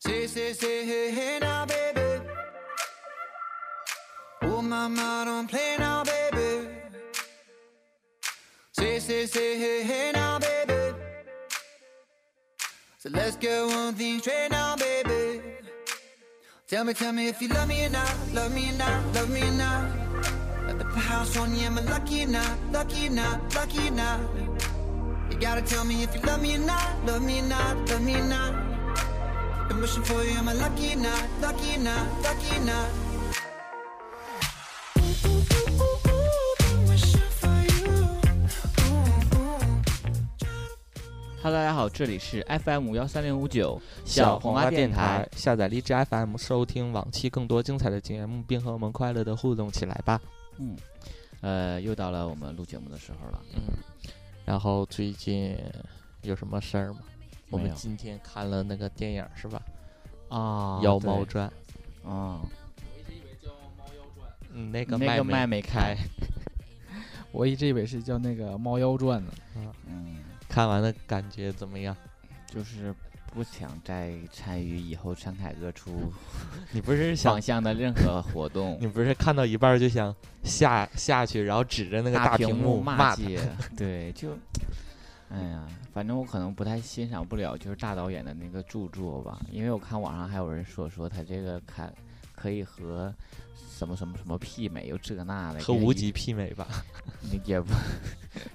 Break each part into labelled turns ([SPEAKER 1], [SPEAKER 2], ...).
[SPEAKER 1] Say, say, say, hey, hey now, baby. Oh, mama, don't play now, baby. Say, say, say, hey, hey now, baby. So let's get one thing straight now, baby. Tell me, tell me if you love me or not, love me or not, love me or not. At the house on you, am I lucky or not, lucky or not, lucky or not? You gotta tell me if you love me or not, love me or not, love me or not. Been wishing for you, am I lucky or not? Lucky or not? Lucky or not?
[SPEAKER 2] Hello，大家好，这里是 FM 幺三零五九
[SPEAKER 3] 红
[SPEAKER 2] 蛙
[SPEAKER 3] 电
[SPEAKER 2] 台，
[SPEAKER 3] 下载荔枝 FM 收听往期更多精彩的节目，并和我们快乐的互动起来吧。
[SPEAKER 2] 嗯，呃，又到了我们录节目的时候了。
[SPEAKER 3] 然后最近有什么事儿吗？我
[SPEAKER 2] 没
[SPEAKER 3] 们
[SPEAKER 2] 有
[SPEAKER 3] 今天看了那个电影是吧？
[SPEAKER 2] 啊
[SPEAKER 4] 哦
[SPEAKER 3] 《妖猫传》，
[SPEAKER 2] 啊，
[SPEAKER 3] 嗯，那
[SPEAKER 2] 那
[SPEAKER 3] 个麦
[SPEAKER 2] 个麦没
[SPEAKER 3] 开
[SPEAKER 2] 开，，
[SPEAKER 4] 我一直以为是叫那个《猫妖传》呢。
[SPEAKER 2] 嗯，
[SPEAKER 3] 看完的感觉怎么样？
[SPEAKER 2] 就是不想再参与以后陈凯歌出
[SPEAKER 3] 你不是
[SPEAKER 2] 方
[SPEAKER 3] 想，
[SPEAKER 2] 向的任何活动
[SPEAKER 3] 你，不是看到一半儿就想下下去，然后指着那个
[SPEAKER 2] 大
[SPEAKER 3] 屏
[SPEAKER 2] 幕
[SPEAKER 3] 骂他？
[SPEAKER 2] 街， 对，就，哎呀，反正我可能不太欣赏不了，就是大导演的那个著作吧，因为我看网上还有人说说他这个看可以和什么什么什么媲美，又这那的，
[SPEAKER 3] 和
[SPEAKER 2] 跟
[SPEAKER 3] 无
[SPEAKER 2] 一
[SPEAKER 3] 极媲美吧。
[SPEAKER 2] 也不
[SPEAKER 3] 哎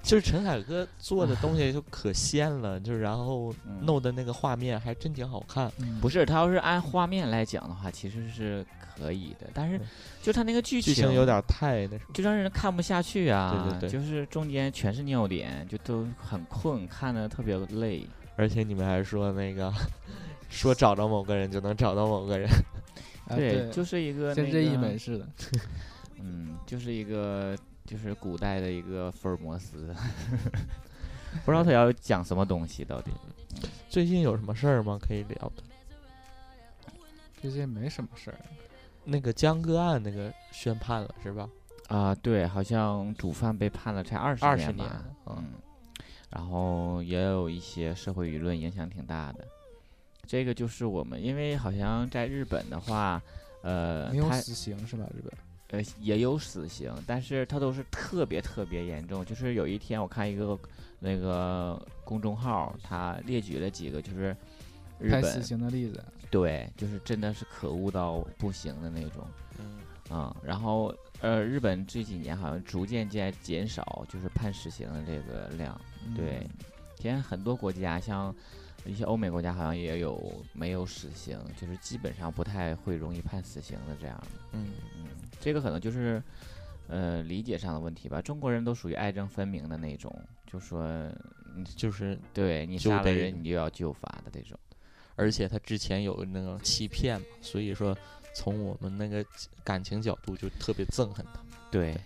[SPEAKER 3] 就是陈凯歌做的东西就可鲜了，就是然后
[SPEAKER 2] 嗯
[SPEAKER 3] 弄的那个画面还真挺好看。
[SPEAKER 2] 不是，他要是按画面来讲的话，其实是可以的，但是
[SPEAKER 3] 嗯
[SPEAKER 2] 就他那个剧
[SPEAKER 3] 剧
[SPEAKER 2] 情
[SPEAKER 3] 情有点太那什么，
[SPEAKER 2] 就让人看不下去啊！
[SPEAKER 3] 对对对
[SPEAKER 2] 就是中间全是尿点，就都很困，看的特别累。
[SPEAKER 3] 而且你们还说那个 说找着某个人就能找到某个人，
[SPEAKER 4] 啊、对，
[SPEAKER 2] 就是一个
[SPEAKER 4] 像
[SPEAKER 2] 那
[SPEAKER 4] 这一
[SPEAKER 2] 个
[SPEAKER 4] 本似的。
[SPEAKER 2] 嗯，就是一个就是古代的一个福尔摩斯， 不知
[SPEAKER 3] 不知
[SPEAKER 2] 道他
[SPEAKER 3] 道他
[SPEAKER 2] 要讲什么东西到底。
[SPEAKER 3] 最近有什么事儿吗？可以聊的。
[SPEAKER 4] 最近没什么事儿，
[SPEAKER 3] 那个江歌案那个宣判了是吧？
[SPEAKER 2] 啊、对，好像主犯被判了才二十
[SPEAKER 3] 20
[SPEAKER 2] 年吧，
[SPEAKER 3] 年嗯
[SPEAKER 2] 嗯，然后也有一些社会舆论影响挺大的。这个就是我们，因为好像在日本的话，呃，
[SPEAKER 4] 没有
[SPEAKER 2] 他
[SPEAKER 4] 死刑是吧？日本
[SPEAKER 2] 呃也有死刑，但是它都是特别特别严重。就是有一天我看一个那个公众号，他列举了几个就是日
[SPEAKER 4] 判死
[SPEAKER 2] 本
[SPEAKER 4] 刑的例子，
[SPEAKER 2] 对，就是真的是可恶到不行的那种。
[SPEAKER 3] 嗯，
[SPEAKER 2] 啊、然后呃，日本这几年好像逐渐在减少，就是判死刑的这个量。
[SPEAKER 4] 嗯
[SPEAKER 2] 对，现在很多国家，像一些欧美国家，好像也有没有死刑，就是基本上不太会容易判死刑的这样的。
[SPEAKER 3] 嗯，
[SPEAKER 2] 嗯，这个可能就是呃理解上的问题吧。中国人都属于爱憎分明的那种，就说
[SPEAKER 3] 就是，
[SPEAKER 2] 对你
[SPEAKER 3] 就
[SPEAKER 2] 杀了
[SPEAKER 3] 得
[SPEAKER 2] 人，你就要就罚的这种。
[SPEAKER 3] 而且他之前有那种欺骗嘛，所以说从我们那个感情角度就特别憎恨他。
[SPEAKER 2] 对，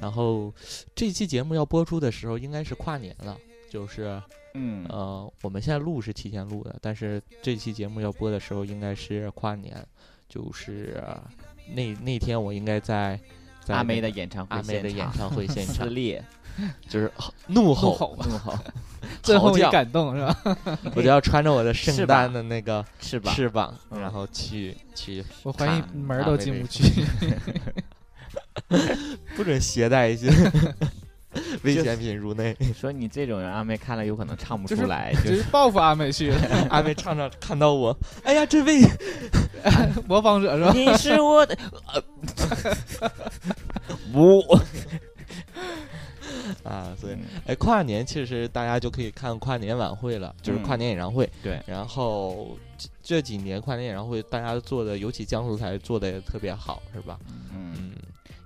[SPEAKER 3] 然后这期节目要播出的时候应该是跨年了，就是
[SPEAKER 2] 嗯
[SPEAKER 3] 呃，我们现在录是提前录的，但是这期节目要播的时候应该是跨年，就是、呃那那天我应该在在
[SPEAKER 2] 阿
[SPEAKER 3] 那
[SPEAKER 2] 妹的
[SPEAKER 3] 个
[SPEAKER 2] 演唱会
[SPEAKER 3] 阿妹的演唱会现 场
[SPEAKER 2] 撕，裂
[SPEAKER 3] 就是怒吼，
[SPEAKER 2] 怒吼
[SPEAKER 4] 最后
[SPEAKER 3] 嚎
[SPEAKER 4] 你
[SPEAKER 3] 叫
[SPEAKER 4] 感动是吧？
[SPEAKER 3] 我就要穿着我的
[SPEAKER 2] 翅
[SPEAKER 3] 圣
[SPEAKER 2] 膀
[SPEAKER 3] 诞的那个
[SPEAKER 2] 翅膀。
[SPEAKER 3] 翅膀，
[SPEAKER 2] 嗯
[SPEAKER 3] 然后去去
[SPEAKER 4] 我怀疑
[SPEAKER 2] 看
[SPEAKER 4] 门儿
[SPEAKER 3] 阿
[SPEAKER 4] 都
[SPEAKER 3] 飞
[SPEAKER 4] 进
[SPEAKER 3] 这
[SPEAKER 4] 不
[SPEAKER 3] 个
[SPEAKER 4] 去。
[SPEAKER 3] 不准携带一些危险品入内。
[SPEAKER 2] 说你这种人，阿妹看了有可能唱不
[SPEAKER 4] 就
[SPEAKER 2] 出
[SPEAKER 4] 是
[SPEAKER 2] 来，
[SPEAKER 4] 就
[SPEAKER 2] 就是
[SPEAKER 4] 是报复阿美去了，
[SPEAKER 3] 阿妹唱唱看到我，哎呀，这位
[SPEAKER 4] 模仿者是吧？
[SPEAKER 2] 你是我的，
[SPEAKER 3] 不啊，所以
[SPEAKER 2] 嗯
[SPEAKER 3] 哎，跨年其实大家就可以看跨年晚会了，就是
[SPEAKER 2] 嗯
[SPEAKER 3] 跨年演唱会。
[SPEAKER 2] 对，
[SPEAKER 3] 然后这这几年跨年演唱会，大家做的，尤其江苏台做的也特别好，是吧？
[SPEAKER 2] 嗯，
[SPEAKER 3] 嗯，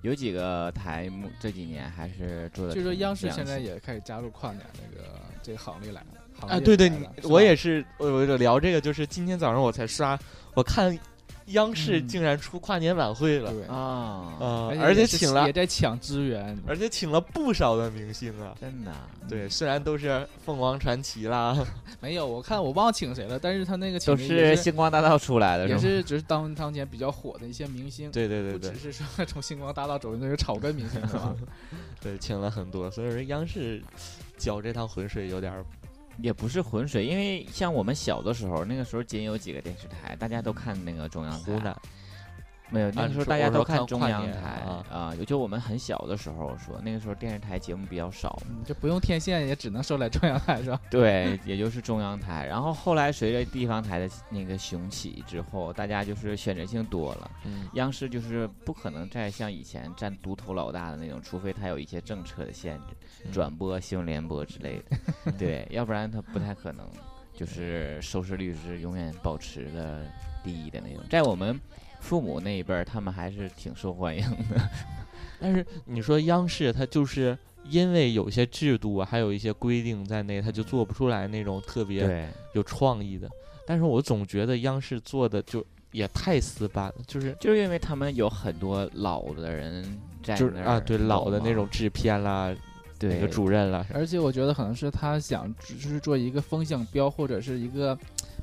[SPEAKER 2] 有几个台目这几年还是做的，
[SPEAKER 4] 据说央视现在也开始加入跨年这个这个行列来了。行
[SPEAKER 3] 啊，
[SPEAKER 4] 列
[SPEAKER 3] 对对，
[SPEAKER 4] 来
[SPEAKER 3] 你
[SPEAKER 4] 了是
[SPEAKER 3] 我
[SPEAKER 4] 吧
[SPEAKER 3] 也是，我我就聊这个，就是今天早上我才刷，我看央视
[SPEAKER 4] 嗯
[SPEAKER 3] 竟然出跨年晚会了，
[SPEAKER 4] 对，
[SPEAKER 2] 啊，
[SPEAKER 3] 啊，而且
[SPEAKER 4] 也是
[SPEAKER 3] 请了
[SPEAKER 4] 也，在抢资源，
[SPEAKER 3] 而且请了不少的明星啊。
[SPEAKER 2] 真的，
[SPEAKER 4] 嗯
[SPEAKER 3] 对，虽然都是凤凰传奇啦，
[SPEAKER 4] 没有，我看我忘了请谁了，但是他那个请
[SPEAKER 2] 都
[SPEAKER 4] 的也
[SPEAKER 2] 是星光大道出来的，
[SPEAKER 4] 也
[SPEAKER 2] 吗？
[SPEAKER 4] 是只是当当前比较火的一些明星，
[SPEAKER 3] 对对对
[SPEAKER 4] 不
[SPEAKER 3] 对
[SPEAKER 4] 只是说从星光大道走进那个草根 明星的吧？
[SPEAKER 3] 对，请了很多，所以说央视搅这趟浑水有点儿
[SPEAKER 2] 也不是浑水，因为像我们小的时候，那个时候仅有几个电视台，大家都看那个中
[SPEAKER 4] 啊
[SPEAKER 2] 央台。
[SPEAKER 3] 湖南
[SPEAKER 2] 没有，那
[SPEAKER 3] 啊
[SPEAKER 2] 个
[SPEAKER 3] 你
[SPEAKER 2] 时候
[SPEAKER 3] 说
[SPEAKER 2] 大家
[SPEAKER 3] 我
[SPEAKER 2] 都
[SPEAKER 3] 说
[SPEAKER 2] 看
[SPEAKER 3] 看
[SPEAKER 2] 中
[SPEAKER 3] 跨
[SPEAKER 2] 央
[SPEAKER 3] 年
[SPEAKER 2] 台
[SPEAKER 3] 啊
[SPEAKER 2] 啊，就我们很小的时候说，那个时候电视台节目比较少，
[SPEAKER 4] 你嗯这不用天线也只能收来中央台是吧？
[SPEAKER 2] 对，也就是中央台。然后后来随着地方台的那个雄起之后，大家就是选择性多了，
[SPEAKER 3] 嗯
[SPEAKER 2] 央视就是不可能再像以前占独头老大的那种，除非它有一些政策的限制，
[SPEAKER 3] 嗯
[SPEAKER 2] 转播新闻联播之类的， 对，要不然它不太可能，就是收视率是永远保持着第一的那种。在我们父母那一辈儿，他们还是挺受欢迎的。
[SPEAKER 3] 但是你说央视，它就是因为有些制度啊，还有一些规定在内，它就做不出来那种特别
[SPEAKER 2] 对，
[SPEAKER 3] 有创意的。但是我总觉得央视做的就也太死板了，就是
[SPEAKER 2] 就是因为他们有很多老的人在
[SPEAKER 3] 就是
[SPEAKER 2] 那
[SPEAKER 3] 啊，
[SPEAKER 2] 儿
[SPEAKER 3] 对
[SPEAKER 2] 你
[SPEAKER 3] 老
[SPEAKER 2] 懂
[SPEAKER 3] 的那
[SPEAKER 2] 吗
[SPEAKER 3] 种制片啦，那
[SPEAKER 2] 对
[SPEAKER 3] 个主任啦，
[SPEAKER 4] 而且我觉得可能是他想只是做一个风向标，或者是一个，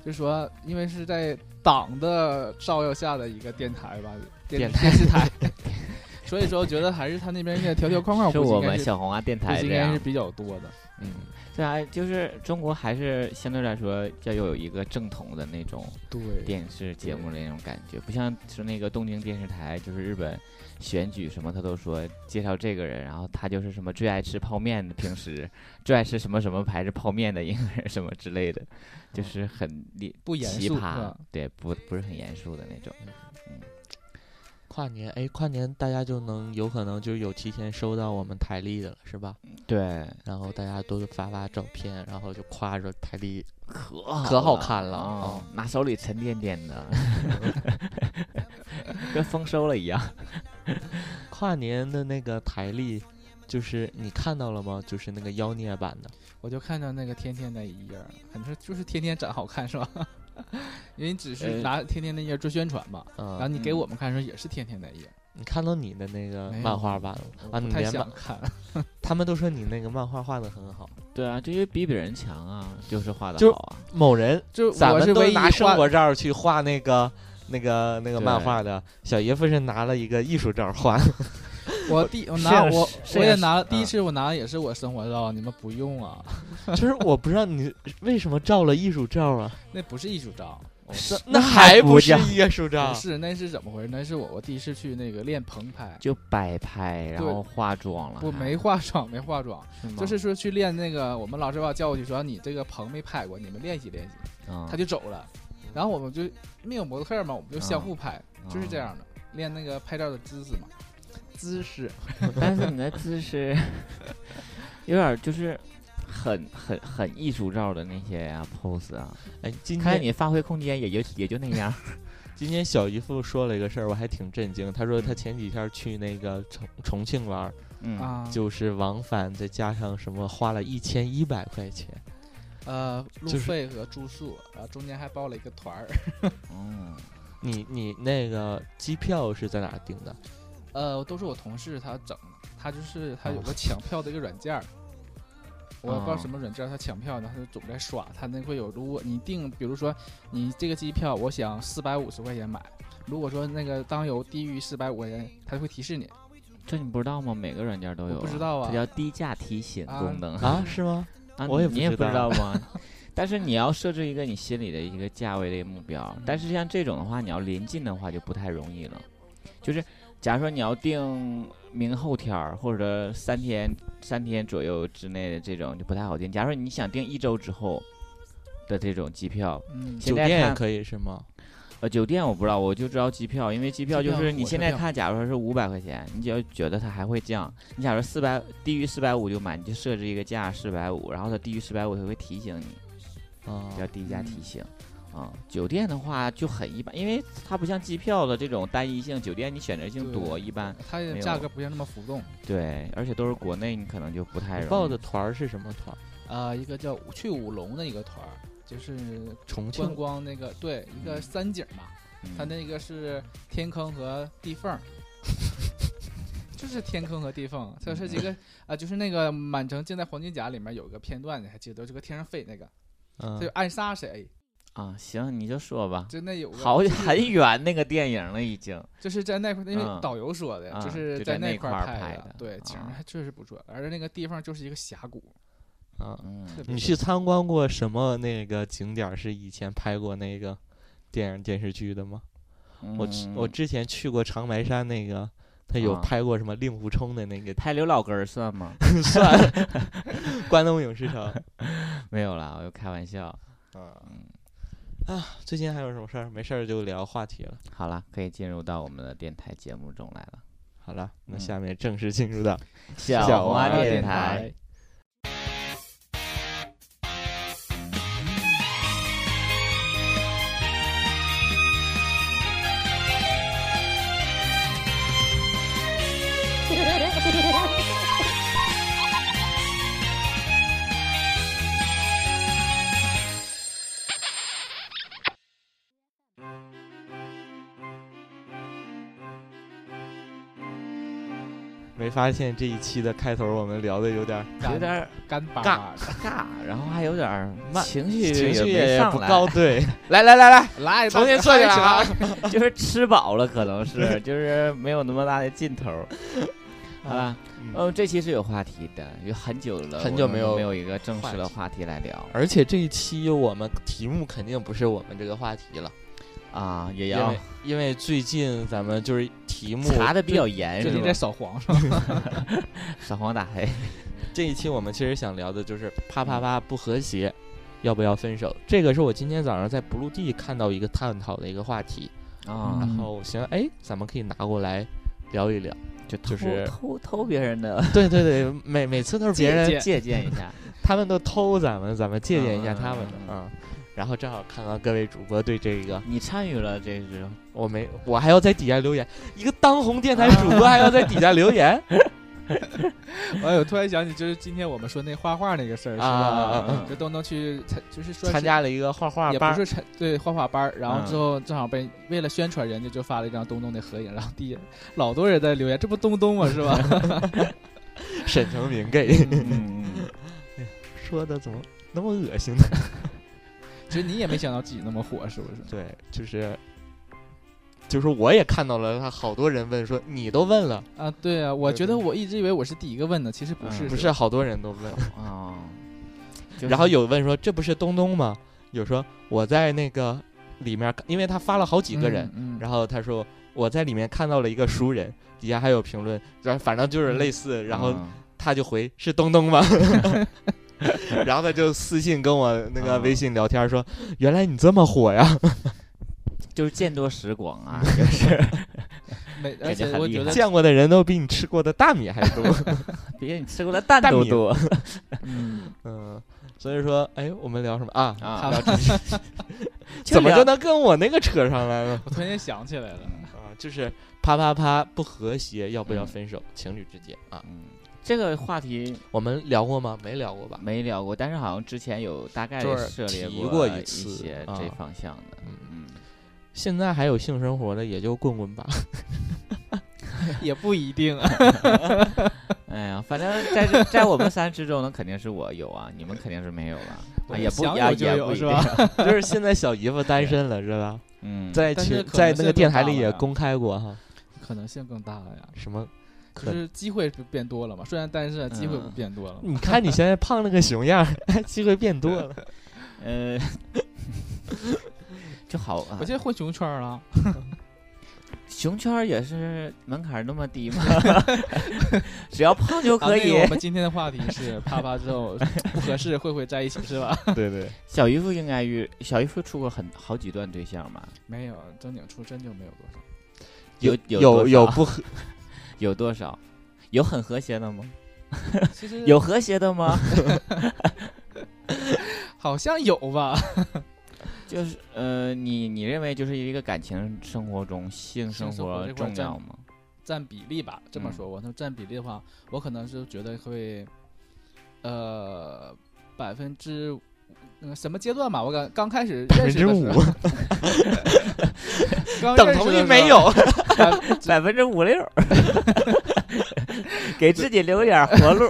[SPEAKER 4] 就是说，因为是在党的照耀下的一个电台吧，电
[SPEAKER 3] 电台
[SPEAKER 4] 电视台， 所以说我觉得还是他那边的条条框 框
[SPEAKER 2] 是
[SPEAKER 4] 估计
[SPEAKER 2] 我
[SPEAKER 4] 应该
[SPEAKER 2] 们
[SPEAKER 4] 是
[SPEAKER 2] 小红花啊电
[SPEAKER 4] 估
[SPEAKER 2] 台
[SPEAKER 4] 计应
[SPEAKER 2] 这
[SPEAKER 4] 该
[SPEAKER 2] 样
[SPEAKER 4] 是。比较多的。
[SPEAKER 3] 嗯，
[SPEAKER 2] 对啊，就是中国还是相对来说要有一个正统的那种
[SPEAKER 4] 对，
[SPEAKER 2] 电视节目的那种感觉，不像是那个东京电视台，就是日本选举什么，他都说介绍这个人，然后他就是什么最爱吃泡面的，平时 最爱吃什么什么牌子泡面的一个人什么之类的，就是很厉
[SPEAKER 4] 不严
[SPEAKER 2] 奇
[SPEAKER 4] 肃
[SPEAKER 2] 葩
[SPEAKER 4] 啊，
[SPEAKER 2] 对，不不是很严肃的那种。
[SPEAKER 3] 跨年哎，跨年大家就能有可能就有提前收到我们台历的了，是吧？
[SPEAKER 2] 对，
[SPEAKER 3] 然后大家都发发照片，然后就夸着台历，
[SPEAKER 2] 可
[SPEAKER 3] 可好看了啊
[SPEAKER 2] 哦
[SPEAKER 3] 哦
[SPEAKER 2] 拿手里沉甸甸 的，跟丰收了一样。
[SPEAKER 3] 跨年的那个台历，就是你看到了吗？就是那个妖孽版的，
[SPEAKER 4] 我就看到那个天天那一页儿，反正就是天天长好看是吧？ 因为你只
[SPEAKER 2] 呃
[SPEAKER 4] 是拿天天那页儿做宣传嘛，然后
[SPEAKER 3] 嗯，
[SPEAKER 4] 你给我们看的时候也是天天那一页儿，
[SPEAKER 3] 你看到你的那个
[SPEAKER 4] 没有
[SPEAKER 3] 漫画版了吗
[SPEAKER 4] 我
[SPEAKER 3] 啊？
[SPEAKER 4] 不
[SPEAKER 3] 你
[SPEAKER 4] 太
[SPEAKER 3] 连漫
[SPEAKER 4] 想，看。
[SPEAKER 3] 他们都说你那个漫画画的很好。
[SPEAKER 2] 对啊，这就比比人强啊，就是画的
[SPEAKER 3] 就
[SPEAKER 2] 好啊。
[SPEAKER 3] 某人，
[SPEAKER 4] 就
[SPEAKER 3] 咱
[SPEAKER 4] 我是
[SPEAKER 3] 们都
[SPEAKER 4] 唯一
[SPEAKER 3] 拿生
[SPEAKER 4] 画
[SPEAKER 3] 活照去画那个那个那个漫
[SPEAKER 2] 对
[SPEAKER 3] 画的，小爷夫是拿了一个艺术照画。
[SPEAKER 4] 我第我
[SPEAKER 2] 是
[SPEAKER 4] 拿
[SPEAKER 2] 的
[SPEAKER 4] 我
[SPEAKER 2] 是
[SPEAKER 4] 我
[SPEAKER 2] 的
[SPEAKER 4] 也
[SPEAKER 2] 是
[SPEAKER 4] 拿了
[SPEAKER 2] 的
[SPEAKER 4] 第一
[SPEAKER 2] 嗯
[SPEAKER 4] 次我拿的也是我生活照，你们不用啊，
[SPEAKER 3] 就是我不知道你为什么照了艺术照啊？
[SPEAKER 4] 那不是艺术照，我
[SPEAKER 2] 是
[SPEAKER 3] 那还
[SPEAKER 2] 不
[SPEAKER 3] 不是
[SPEAKER 2] 叫
[SPEAKER 3] 艺术照
[SPEAKER 4] 不？是那是怎么回事？那是我我第一次去那个练棚拍，
[SPEAKER 2] 就摆拍，然
[SPEAKER 4] 对
[SPEAKER 2] 后化妆了还。
[SPEAKER 4] 我没化妆没化妆，
[SPEAKER 2] 吗，
[SPEAKER 4] 就是说去练那个，我们老师把我叫过去说你这个棚没拍过，你们练习练习，
[SPEAKER 2] 嗯
[SPEAKER 4] 他就走了，然后我们就没有模特儿嘛，我们就相互拍，就是
[SPEAKER 2] 嗯
[SPEAKER 4] 这。样的练那个拍照的姿势嘛，姿势
[SPEAKER 2] 嗯但是你的姿势有点儿就是很很很艺术照的那些啊 pose 啊，
[SPEAKER 3] 哎，今
[SPEAKER 2] 看来
[SPEAKER 3] 天
[SPEAKER 2] 你发挥空间也就也就那 样儿。
[SPEAKER 3] 今天小姨夫说了一个事儿，我还挺震惊。他说他
[SPEAKER 2] 嗯
[SPEAKER 3] 前几天去那个重重庆玩儿，
[SPEAKER 2] 嗯，
[SPEAKER 4] 啊，
[SPEAKER 3] 就是往返再加上什么花了一千一百块钱，
[SPEAKER 4] 呃路
[SPEAKER 3] 就是
[SPEAKER 4] 费和住宿，然后中间还报了一个团儿。
[SPEAKER 2] 嗯，
[SPEAKER 3] 你你那个机票是在哪儿订的？
[SPEAKER 4] 呃，都是我同事他整的，他就是他有
[SPEAKER 3] 哦
[SPEAKER 4] 个抢票的一个软件儿，我也不知道
[SPEAKER 2] 哦
[SPEAKER 4] 什么软件儿，他抢票呢，他就总在刷，他那会有，如果你订，比如说你这个机票，我想四百五十块钱买，如果说那个当有低于四百五块钱，他就会提示你，
[SPEAKER 2] 这你不知道吗？每个软件都有、
[SPEAKER 4] 我不知道啊
[SPEAKER 2] 这叫低价提醒
[SPEAKER 4] 啊
[SPEAKER 2] 功能
[SPEAKER 3] 啊，是吗？
[SPEAKER 2] 啊
[SPEAKER 3] 我也不
[SPEAKER 2] 你也
[SPEAKER 3] 知
[SPEAKER 2] 不知道
[SPEAKER 3] 道
[SPEAKER 2] 吗？但是你要设置一个你心里的一个价位的一个目标，但是像这种的话，你要临近的话就不太容易了。就是假如说你要定明后天儿或者三天三天左右之内的这种就不太好定。假如说你想定一周之后的这种机票，
[SPEAKER 4] 嗯，
[SPEAKER 2] 现
[SPEAKER 3] 酒
[SPEAKER 2] 在
[SPEAKER 3] 店也
[SPEAKER 2] 看
[SPEAKER 3] 可以是吗？
[SPEAKER 2] 呃，酒店我不知道，我就知道机票，因为机票
[SPEAKER 4] 机
[SPEAKER 2] 就
[SPEAKER 4] 票
[SPEAKER 2] 是你
[SPEAKER 4] 火
[SPEAKER 2] 现
[SPEAKER 4] 车
[SPEAKER 2] 在
[SPEAKER 4] 票
[SPEAKER 2] 看，假如说是五百块钱，你只要觉得它还会降，你假如四百低于四百五就买，你就设置一个价四百五，然后它低于四百五它会提醒你，
[SPEAKER 3] 啊，
[SPEAKER 2] 叫低价
[SPEAKER 4] 嗯
[SPEAKER 2] 提醒。啊、酒店的话就很一般，因为它不像机票的这种单一性，酒店你选择性
[SPEAKER 4] 对
[SPEAKER 2] 多，一般
[SPEAKER 4] 它的
[SPEAKER 2] 没
[SPEAKER 4] 价
[SPEAKER 2] 有
[SPEAKER 4] 格不像那么浮动，
[SPEAKER 2] 对，而且都是国内，你可能就不太容
[SPEAKER 3] 你
[SPEAKER 2] 易。
[SPEAKER 3] 报的团儿是什么团儿？
[SPEAKER 4] 呃，一个叫去舞龙的一个团儿，就是
[SPEAKER 3] 重庆
[SPEAKER 4] 观光那个对一个
[SPEAKER 2] 嗯
[SPEAKER 4] 山景嘛，
[SPEAKER 2] 嗯
[SPEAKER 4] 它那个是天坑和地 缝儿，就是天坑和地缝，它是
[SPEAKER 2] 嗯
[SPEAKER 4] 一个啊、就是那个《满城尽带黄金甲》里面有一个片段，你还记得？就搁天上飞那个，他就
[SPEAKER 3] 嗯，
[SPEAKER 4] 暗杀谁，
[SPEAKER 2] 啊，行，你就说吧。
[SPEAKER 4] 就那有个
[SPEAKER 2] 好，很远那个电影了已经。
[SPEAKER 4] 就是在那块，因为
[SPEAKER 2] 嗯
[SPEAKER 4] 导游说的，
[SPEAKER 2] 啊
[SPEAKER 4] 是
[SPEAKER 2] 就在
[SPEAKER 4] 在
[SPEAKER 2] 那
[SPEAKER 4] 块
[SPEAKER 2] 块儿
[SPEAKER 4] 拍
[SPEAKER 2] 拍的
[SPEAKER 4] 对，景儿
[SPEAKER 2] 啊
[SPEAKER 4] 还确实不错，而且那个地方就是一个峡谷，
[SPEAKER 3] 啊。
[SPEAKER 2] 嗯，
[SPEAKER 4] 特别
[SPEAKER 3] 你去参观过什么那个景点儿是以前拍过那个电影电视剧的吗？我去
[SPEAKER 2] 嗯
[SPEAKER 3] 我之前去过长白山那个，他有
[SPEAKER 2] 啊
[SPEAKER 3] 拍过什么令狐冲的那个
[SPEAKER 2] 拍刘老根儿算 吗？
[SPEAKER 3] 算关东影视城。
[SPEAKER 2] 没有啦，我又开玩笑。
[SPEAKER 3] 嗯啊，最近还有什么事儿？没事儿就聊话题了。
[SPEAKER 2] 好了，可以进入到我们的电台节目中来了。
[SPEAKER 3] 好了，那
[SPEAKER 2] 嗯
[SPEAKER 3] 下面正式进入到
[SPEAKER 2] 小
[SPEAKER 3] 小
[SPEAKER 2] 红
[SPEAKER 3] 花
[SPEAKER 2] 花
[SPEAKER 3] 电
[SPEAKER 2] 电
[SPEAKER 3] 台
[SPEAKER 2] 台，
[SPEAKER 3] 没发现这一期的开头我们聊的有点儿
[SPEAKER 4] 干
[SPEAKER 2] 有点儿
[SPEAKER 4] 干巴
[SPEAKER 2] 尬
[SPEAKER 4] 巴的，
[SPEAKER 2] 尬，然后还有点儿
[SPEAKER 3] 慢
[SPEAKER 2] 情绪
[SPEAKER 3] 情绪
[SPEAKER 2] 没
[SPEAKER 3] 也
[SPEAKER 2] 上
[SPEAKER 3] 不
[SPEAKER 2] 来
[SPEAKER 3] 高，对，
[SPEAKER 2] 来来来来，
[SPEAKER 4] 来，
[SPEAKER 2] 重新
[SPEAKER 4] 大
[SPEAKER 2] 坐
[SPEAKER 4] 家
[SPEAKER 2] 起来
[SPEAKER 4] 嗨
[SPEAKER 2] 啊！就是吃饱了，可能是就是没有那么大的劲头 儿。好吧，
[SPEAKER 3] 嗯
[SPEAKER 2] 嗯，这期是有话题的，有很久了，
[SPEAKER 3] 很
[SPEAKER 2] 我
[SPEAKER 3] 久
[SPEAKER 2] 们
[SPEAKER 3] 没有
[SPEAKER 2] 没有一个正
[SPEAKER 3] 话
[SPEAKER 2] 式的
[SPEAKER 3] 题
[SPEAKER 2] 话题来聊
[SPEAKER 3] 而且这一期我们题目肯定不是我们这个话题了，
[SPEAKER 2] 啊，也
[SPEAKER 3] 因
[SPEAKER 2] 要
[SPEAKER 3] 为因为最近咱们就是题目
[SPEAKER 2] 查的比较严，哎是
[SPEAKER 4] 最近
[SPEAKER 2] 吧
[SPEAKER 4] 在？扫黄是 吧？
[SPEAKER 2] 扫黄打黑，
[SPEAKER 3] 这一期我们其实想聊的就是啪啪啪不和谐，要不要分手？这个是我今天早上在不露地看到一个探讨的一个话题，
[SPEAKER 2] 啊，
[SPEAKER 3] 然后我想哎，咱们可以拿过来聊一聊。
[SPEAKER 2] 就
[SPEAKER 3] 就
[SPEAKER 2] 偷
[SPEAKER 3] 是
[SPEAKER 2] 偷偷别人的，
[SPEAKER 3] 对对对，每每次都是别人
[SPEAKER 4] 借
[SPEAKER 2] 借鉴一下，
[SPEAKER 3] 他们都偷咱们，咱们借鉴一下他们的
[SPEAKER 2] 嗯嗯嗯
[SPEAKER 3] 啊、嗯然后正好看看各位主播对这个，
[SPEAKER 2] 你参与了这是
[SPEAKER 3] 我没，我还要在底下留言，一个当红电台主播还要在底下留 言
[SPEAKER 4] 哎呦，突然想起就是今天我们说那画画那个事儿是
[SPEAKER 3] 啊啊啊
[SPEAKER 4] 吧？
[SPEAKER 2] 啊
[SPEAKER 4] 就都能去参，就是说是
[SPEAKER 3] 参加了一个画画
[SPEAKER 4] 也
[SPEAKER 3] 班
[SPEAKER 4] 不
[SPEAKER 3] 儿，
[SPEAKER 4] 是参对画画班儿，然后
[SPEAKER 2] 嗯
[SPEAKER 4] 之后正好被为了宣传，人家就发了一张东东的合影，然后底下老多人在留言，这不东东吗？是吧？
[SPEAKER 3] 沈成明给
[SPEAKER 2] 嗯，
[SPEAKER 3] 说的怎么那么恶心呢？
[SPEAKER 4] 其实你也没想到自己那么火，是不是？
[SPEAKER 3] 对，就是。就是我也看到了，他好多人问说你都问了，
[SPEAKER 4] 啊，对啊，我
[SPEAKER 3] 对
[SPEAKER 4] 觉得
[SPEAKER 3] 对
[SPEAKER 4] 我一直以为我是第一个问的，其实不
[SPEAKER 2] 嗯
[SPEAKER 4] 是，
[SPEAKER 3] 不是
[SPEAKER 4] 是吧
[SPEAKER 3] 好多人都问，
[SPEAKER 2] 啊， 就是
[SPEAKER 3] 然后有问说这不是东东吗？有说我在那个里面，因为他发了好几个人，，
[SPEAKER 4] 嗯，嗯
[SPEAKER 3] 然后他说我在里面看到了一个熟人，底下还有评论，然后反正就是类似，然后
[SPEAKER 2] 嗯
[SPEAKER 3] 他就回是东东吗？ 然后他就私信跟我那个
[SPEAKER 2] 啊
[SPEAKER 3] 微信聊天说，原来你这么火呀！
[SPEAKER 2] 嗯就是见多识广啊， 就是
[SPEAKER 4] 没，
[SPEAKER 2] 感
[SPEAKER 4] 而
[SPEAKER 2] 觉
[SPEAKER 4] 且
[SPEAKER 2] 很
[SPEAKER 4] 我
[SPEAKER 2] 厉
[SPEAKER 4] 觉
[SPEAKER 2] 害
[SPEAKER 4] 得，
[SPEAKER 3] 见过的人都比你吃过的大米还多。
[SPEAKER 2] 比你吃过的蛋
[SPEAKER 3] 大
[SPEAKER 2] 都
[SPEAKER 3] 米
[SPEAKER 2] 多。
[SPEAKER 4] 嗯，
[SPEAKER 3] 嗯，所以说，哎，我们聊什么啊？
[SPEAKER 2] 啊，
[SPEAKER 3] 怎么
[SPEAKER 2] 聊
[SPEAKER 3] 就能跟我那个扯上来了？
[SPEAKER 4] 我突然间想起 来了，
[SPEAKER 3] 啊，就是啪啪啪不和谐，要不要
[SPEAKER 2] 嗯
[SPEAKER 3] 分手？情侣之间啊，
[SPEAKER 2] 嗯，这个话题
[SPEAKER 3] 我们聊过吗？没聊过吧？
[SPEAKER 2] 没聊过，但是好像之前有大概
[SPEAKER 3] 就是
[SPEAKER 2] 涉猎
[SPEAKER 3] 提过一
[SPEAKER 2] 一
[SPEAKER 3] 次
[SPEAKER 2] 些
[SPEAKER 3] 啊
[SPEAKER 2] 这方向的，
[SPEAKER 3] 嗯
[SPEAKER 2] 嗯，
[SPEAKER 3] 现在还有性生活的也就棍棍吧。
[SPEAKER 4] 也不一定啊，
[SPEAKER 2] 哎呀，反正在这在我们三之中呢，肯定是我有啊，你们肯定是没有了，
[SPEAKER 4] 我
[SPEAKER 2] 啊，也不
[SPEAKER 4] 想
[SPEAKER 2] 也
[SPEAKER 4] 有就
[SPEAKER 2] 也
[SPEAKER 4] 有
[SPEAKER 2] 不一
[SPEAKER 4] 是
[SPEAKER 2] 定
[SPEAKER 4] 吧，
[SPEAKER 3] 就是现在小姨夫单身了是吧？
[SPEAKER 2] 嗯，
[SPEAKER 3] 在
[SPEAKER 4] 但是
[SPEAKER 3] 群
[SPEAKER 4] 可能
[SPEAKER 3] 在那
[SPEAKER 4] 性
[SPEAKER 3] 个
[SPEAKER 4] 更
[SPEAKER 3] 电台
[SPEAKER 4] 大
[SPEAKER 3] 里
[SPEAKER 4] 了
[SPEAKER 3] 也
[SPEAKER 4] 呀
[SPEAKER 3] 公开过哈，
[SPEAKER 4] 可能性更大了呀。
[SPEAKER 3] 什么？
[SPEAKER 4] 可是机会不变多了嘛？虽然单身，机会不
[SPEAKER 2] 嗯
[SPEAKER 4] 变多了嘛。
[SPEAKER 3] 你看你现在胖那个熊样儿， 机会变多了。
[SPEAKER 2] 呃，就好啊
[SPEAKER 4] 我，现在混熊圈儿啊了，
[SPEAKER 2] 熊圈儿也是门槛儿那么低吗？ 只要胖就
[SPEAKER 4] 啊
[SPEAKER 2] 可
[SPEAKER 4] 那个
[SPEAKER 2] 以
[SPEAKER 4] 我。们今天的话题是啪啪之 后不合适会不会在一起是吧？
[SPEAKER 3] 对对，
[SPEAKER 2] 小姨夫应该遇小姨夫处过很好几段对象吧？
[SPEAKER 4] 没有，正经出真就没有多少。
[SPEAKER 2] 有有
[SPEAKER 3] 有
[SPEAKER 2] 多
[SPEAKER 3] 有
[SPEAKER 2] 少
[SPEAKER 3] 不和
[SPEAKER 2] 有多少？有很和谐的吗？
[SPEAKER 4] 其实
[SPEAKER 2] 有和谐的吗？
[SPEAKER 4] 好像有吧？
[SPEAKER 2] 就是呃，你你认为就是一个感情生活中性
[SPEAKER 4] 性
[SPEAKER 2] 生
[SPEAKER 4] 生活
[SPEAKER 2] 活
[SPEAKER 4] 这块
[SPEAKER 2] 重
[SPEAKER 4] 占
[SPEAKER 2] 要吗？
[SPEAKER 4] 占比例吧，这么说，我那占比例的话，我可能是觉得会，呃，百分之五，嗯，什么阶段吧？我感刚开始认识的时 候，刚
[SPEAKER 3] 等
[SPEAKER 4] 认识
[SPEAKER 3] 同
[SPEAKER 4] 的时
[SPEAKER 3] 于
[SPEAKER 4] 候
[SPEAKER 3] 没有，
[SPEAKER 4] 百
[SPEAKER 2] 百分之五六， 给自己留点活路，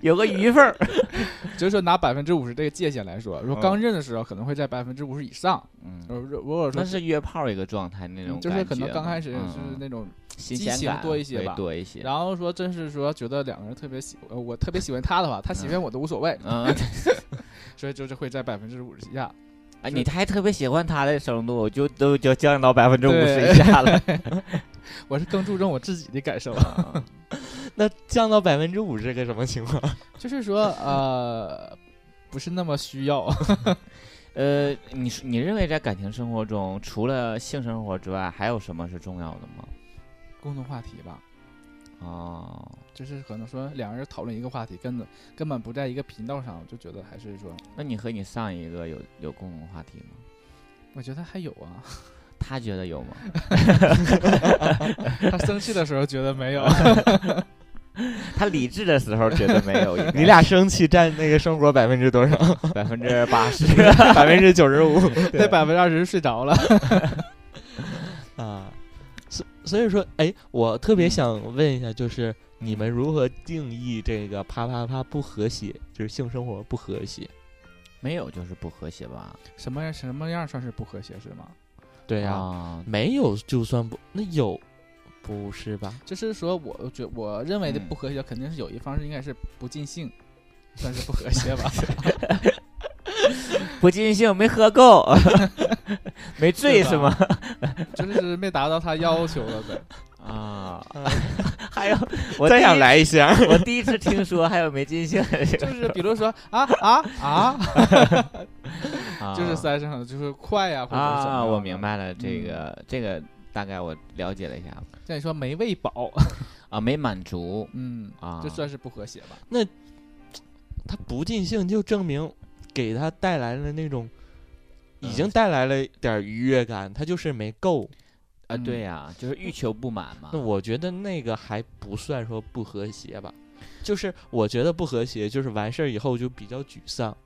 [SPEAKER 2] 有个余缝。
[SPEAKER 4] 就是说拿百分之五十这个界限来说，如
[SPEAKER 3] 嗯
[SPEAKER 4] 果刚认的时候可能会在百分之五十以上，
[SPEAKER 2] 嗯，
[SPEAKER 4] 如如果
[SPEAKER 2] 那
[SPEAKER 4] 说嗯
[SPEAKER 2] 是约炮一个状态那种
[SPEAKER 4] 就是可能
[SPEAKER 2] 感觉
[SPEAKER 4] 刚
[SPEAKER 2] 吗
[SPEAKER 4] 开始就
[SPEAKER 2] 嗯
[SPEAKER 4] 是那种
[SPEAKER 2] 新
[SPEAKER 4] 激
[SPEAKER 2] 鲜
[SPEAKER 4] 情
[SPEAKER 2] 感
[SPEAKER 4] 多一些
[SPEAKER 2] 会
[SPEAKER 4] 吧
[SPEAKER 2] 多一些。
[SPEAKER 4] 然后说，真是说觉得两个人特别喜，呃，我特别喜欢他的话，他喜欢我都无所谓，
[SPEAKER 2] 嗯，
[SPEAKER 4] 所以就是会在百分之五十以下。
[SPEAKER 2] 哎，
[SPEAKER 4] 就
[SPEAKER 2] 你还特别喜欢他的程度，我就都就降到百分之五十
[SPEAKER 4] 对
[SPEAKER 2] 以下 了。
[SPEAKER 4] 我是更注重我自己的感受，
[SPEAKER 3] 那降到百分之五是个什么情 况？
[SPEAKER 4] 就是说，呃，不是那么需要。
[SPEAKER 2] 呃，你是你认为在感情生活中，除了性生活之外，还有什么是重要的吗？
[SPEAKER 4] 共同话题吧，
[SPEAKER 2] 哦，
[SPEAKER 4] 就是可能说两个人讨论一个话题，根本根本不在一个频道上，我就觉得还是说，
[SPEAKER 2] 那你和你上一个有有共同话题吗？
[SPEAKER 4] 我觉得还有啊。
[SPEAKER 2] 他觉得有吗？
[SPEAKER 4] 他生气的时候觉得没有，
[SPEAKER 2] 他理智的时候觉得没 有，应该
[SPEAKER 3] 你俩生气占那个生活百分之多少？
[SPEAKER 2] 百分之八十。
[SPEAKER 3] 百分之九十五
[SPEAKER 4] 那百分之二十睡着了。
[SPEAKER 3] 啊。所所以说，哎，我特别
[SPEAKER 2] 嗯
[SPEAKER 3] 想问一下，就是你们如何定义这个啪啪啪不和谐，就是性生活不和谐？
[SPEAKER 2] 没有就是不和谐吧？
[SPEAKER 4] 什么样什么样算是不和谐是吗？
[SPEAKER 3] 对呀、
[SPEAKER 2] 啊，
[SPEAKER 3] 没有就算不，那有不是吧？
[SPEAKER 4] 就是说我，我觉我认为的
[SPEAKER 2] 嗯
[SPEAKER 4] 不和谐，肯定是有一方是应该是不尽兴，算是不和谐吧。
[SPEAKER 2] 不尽兴，没喝够， 没醉是吗？
[SPEAKER 4] 就是没达到他要求了呗。
[SPEAKER 2] 啊， 还有我
[SPEAKER 3] 再
[SPEAKER 2] 第
[SPEAKER 3] 想
[SPEAKER 2] 一，
[SPEAKER 3] 来一箱，
[SPEAKER 2] 我第一次听说还有没尽兴的这
[SPEAKER 4] 就
[SPEAKER 2] 个，
[SPEAKER 4] 是比如说啊啊啊，
[SPEAKER 2] 啊
[SPEAKER 4] 就是塞上就是快呀、或者是怎
[SPEAKER 2] 啊，
[SPEAKER 4] 么样
[SPEAKER 2] 我
[SPEAKER 4] 的
[SPEAKER 2] 明。白了，这个这个大概我了解了一下
[SPEAKER 4] 像你说没 喂饱，
[SPEAKER 2] 啊，没满足
[SPEAKER 4] 嗯，
[SPEAKER 2] 啊，
[SPEAKER 4] 这算是不和谐吧？
[SPEAKER 3] 他不尽兴就证明给他带来了那种，已
[SPEAKER 2] 嗯
[SPEAKER 3] 经带来了点儿愉悦感，他就是没够。
[SPEAKER 2] 啊，
[SPEAKER 4] 嗯
[SPEAKER 2] 对呀，就是欲求不满嘛
[SPEAKER 3] 那。我觉得那个还不算说不和谐吧，就是我觉得不和谐，就是完事儿以后就比较沮丧。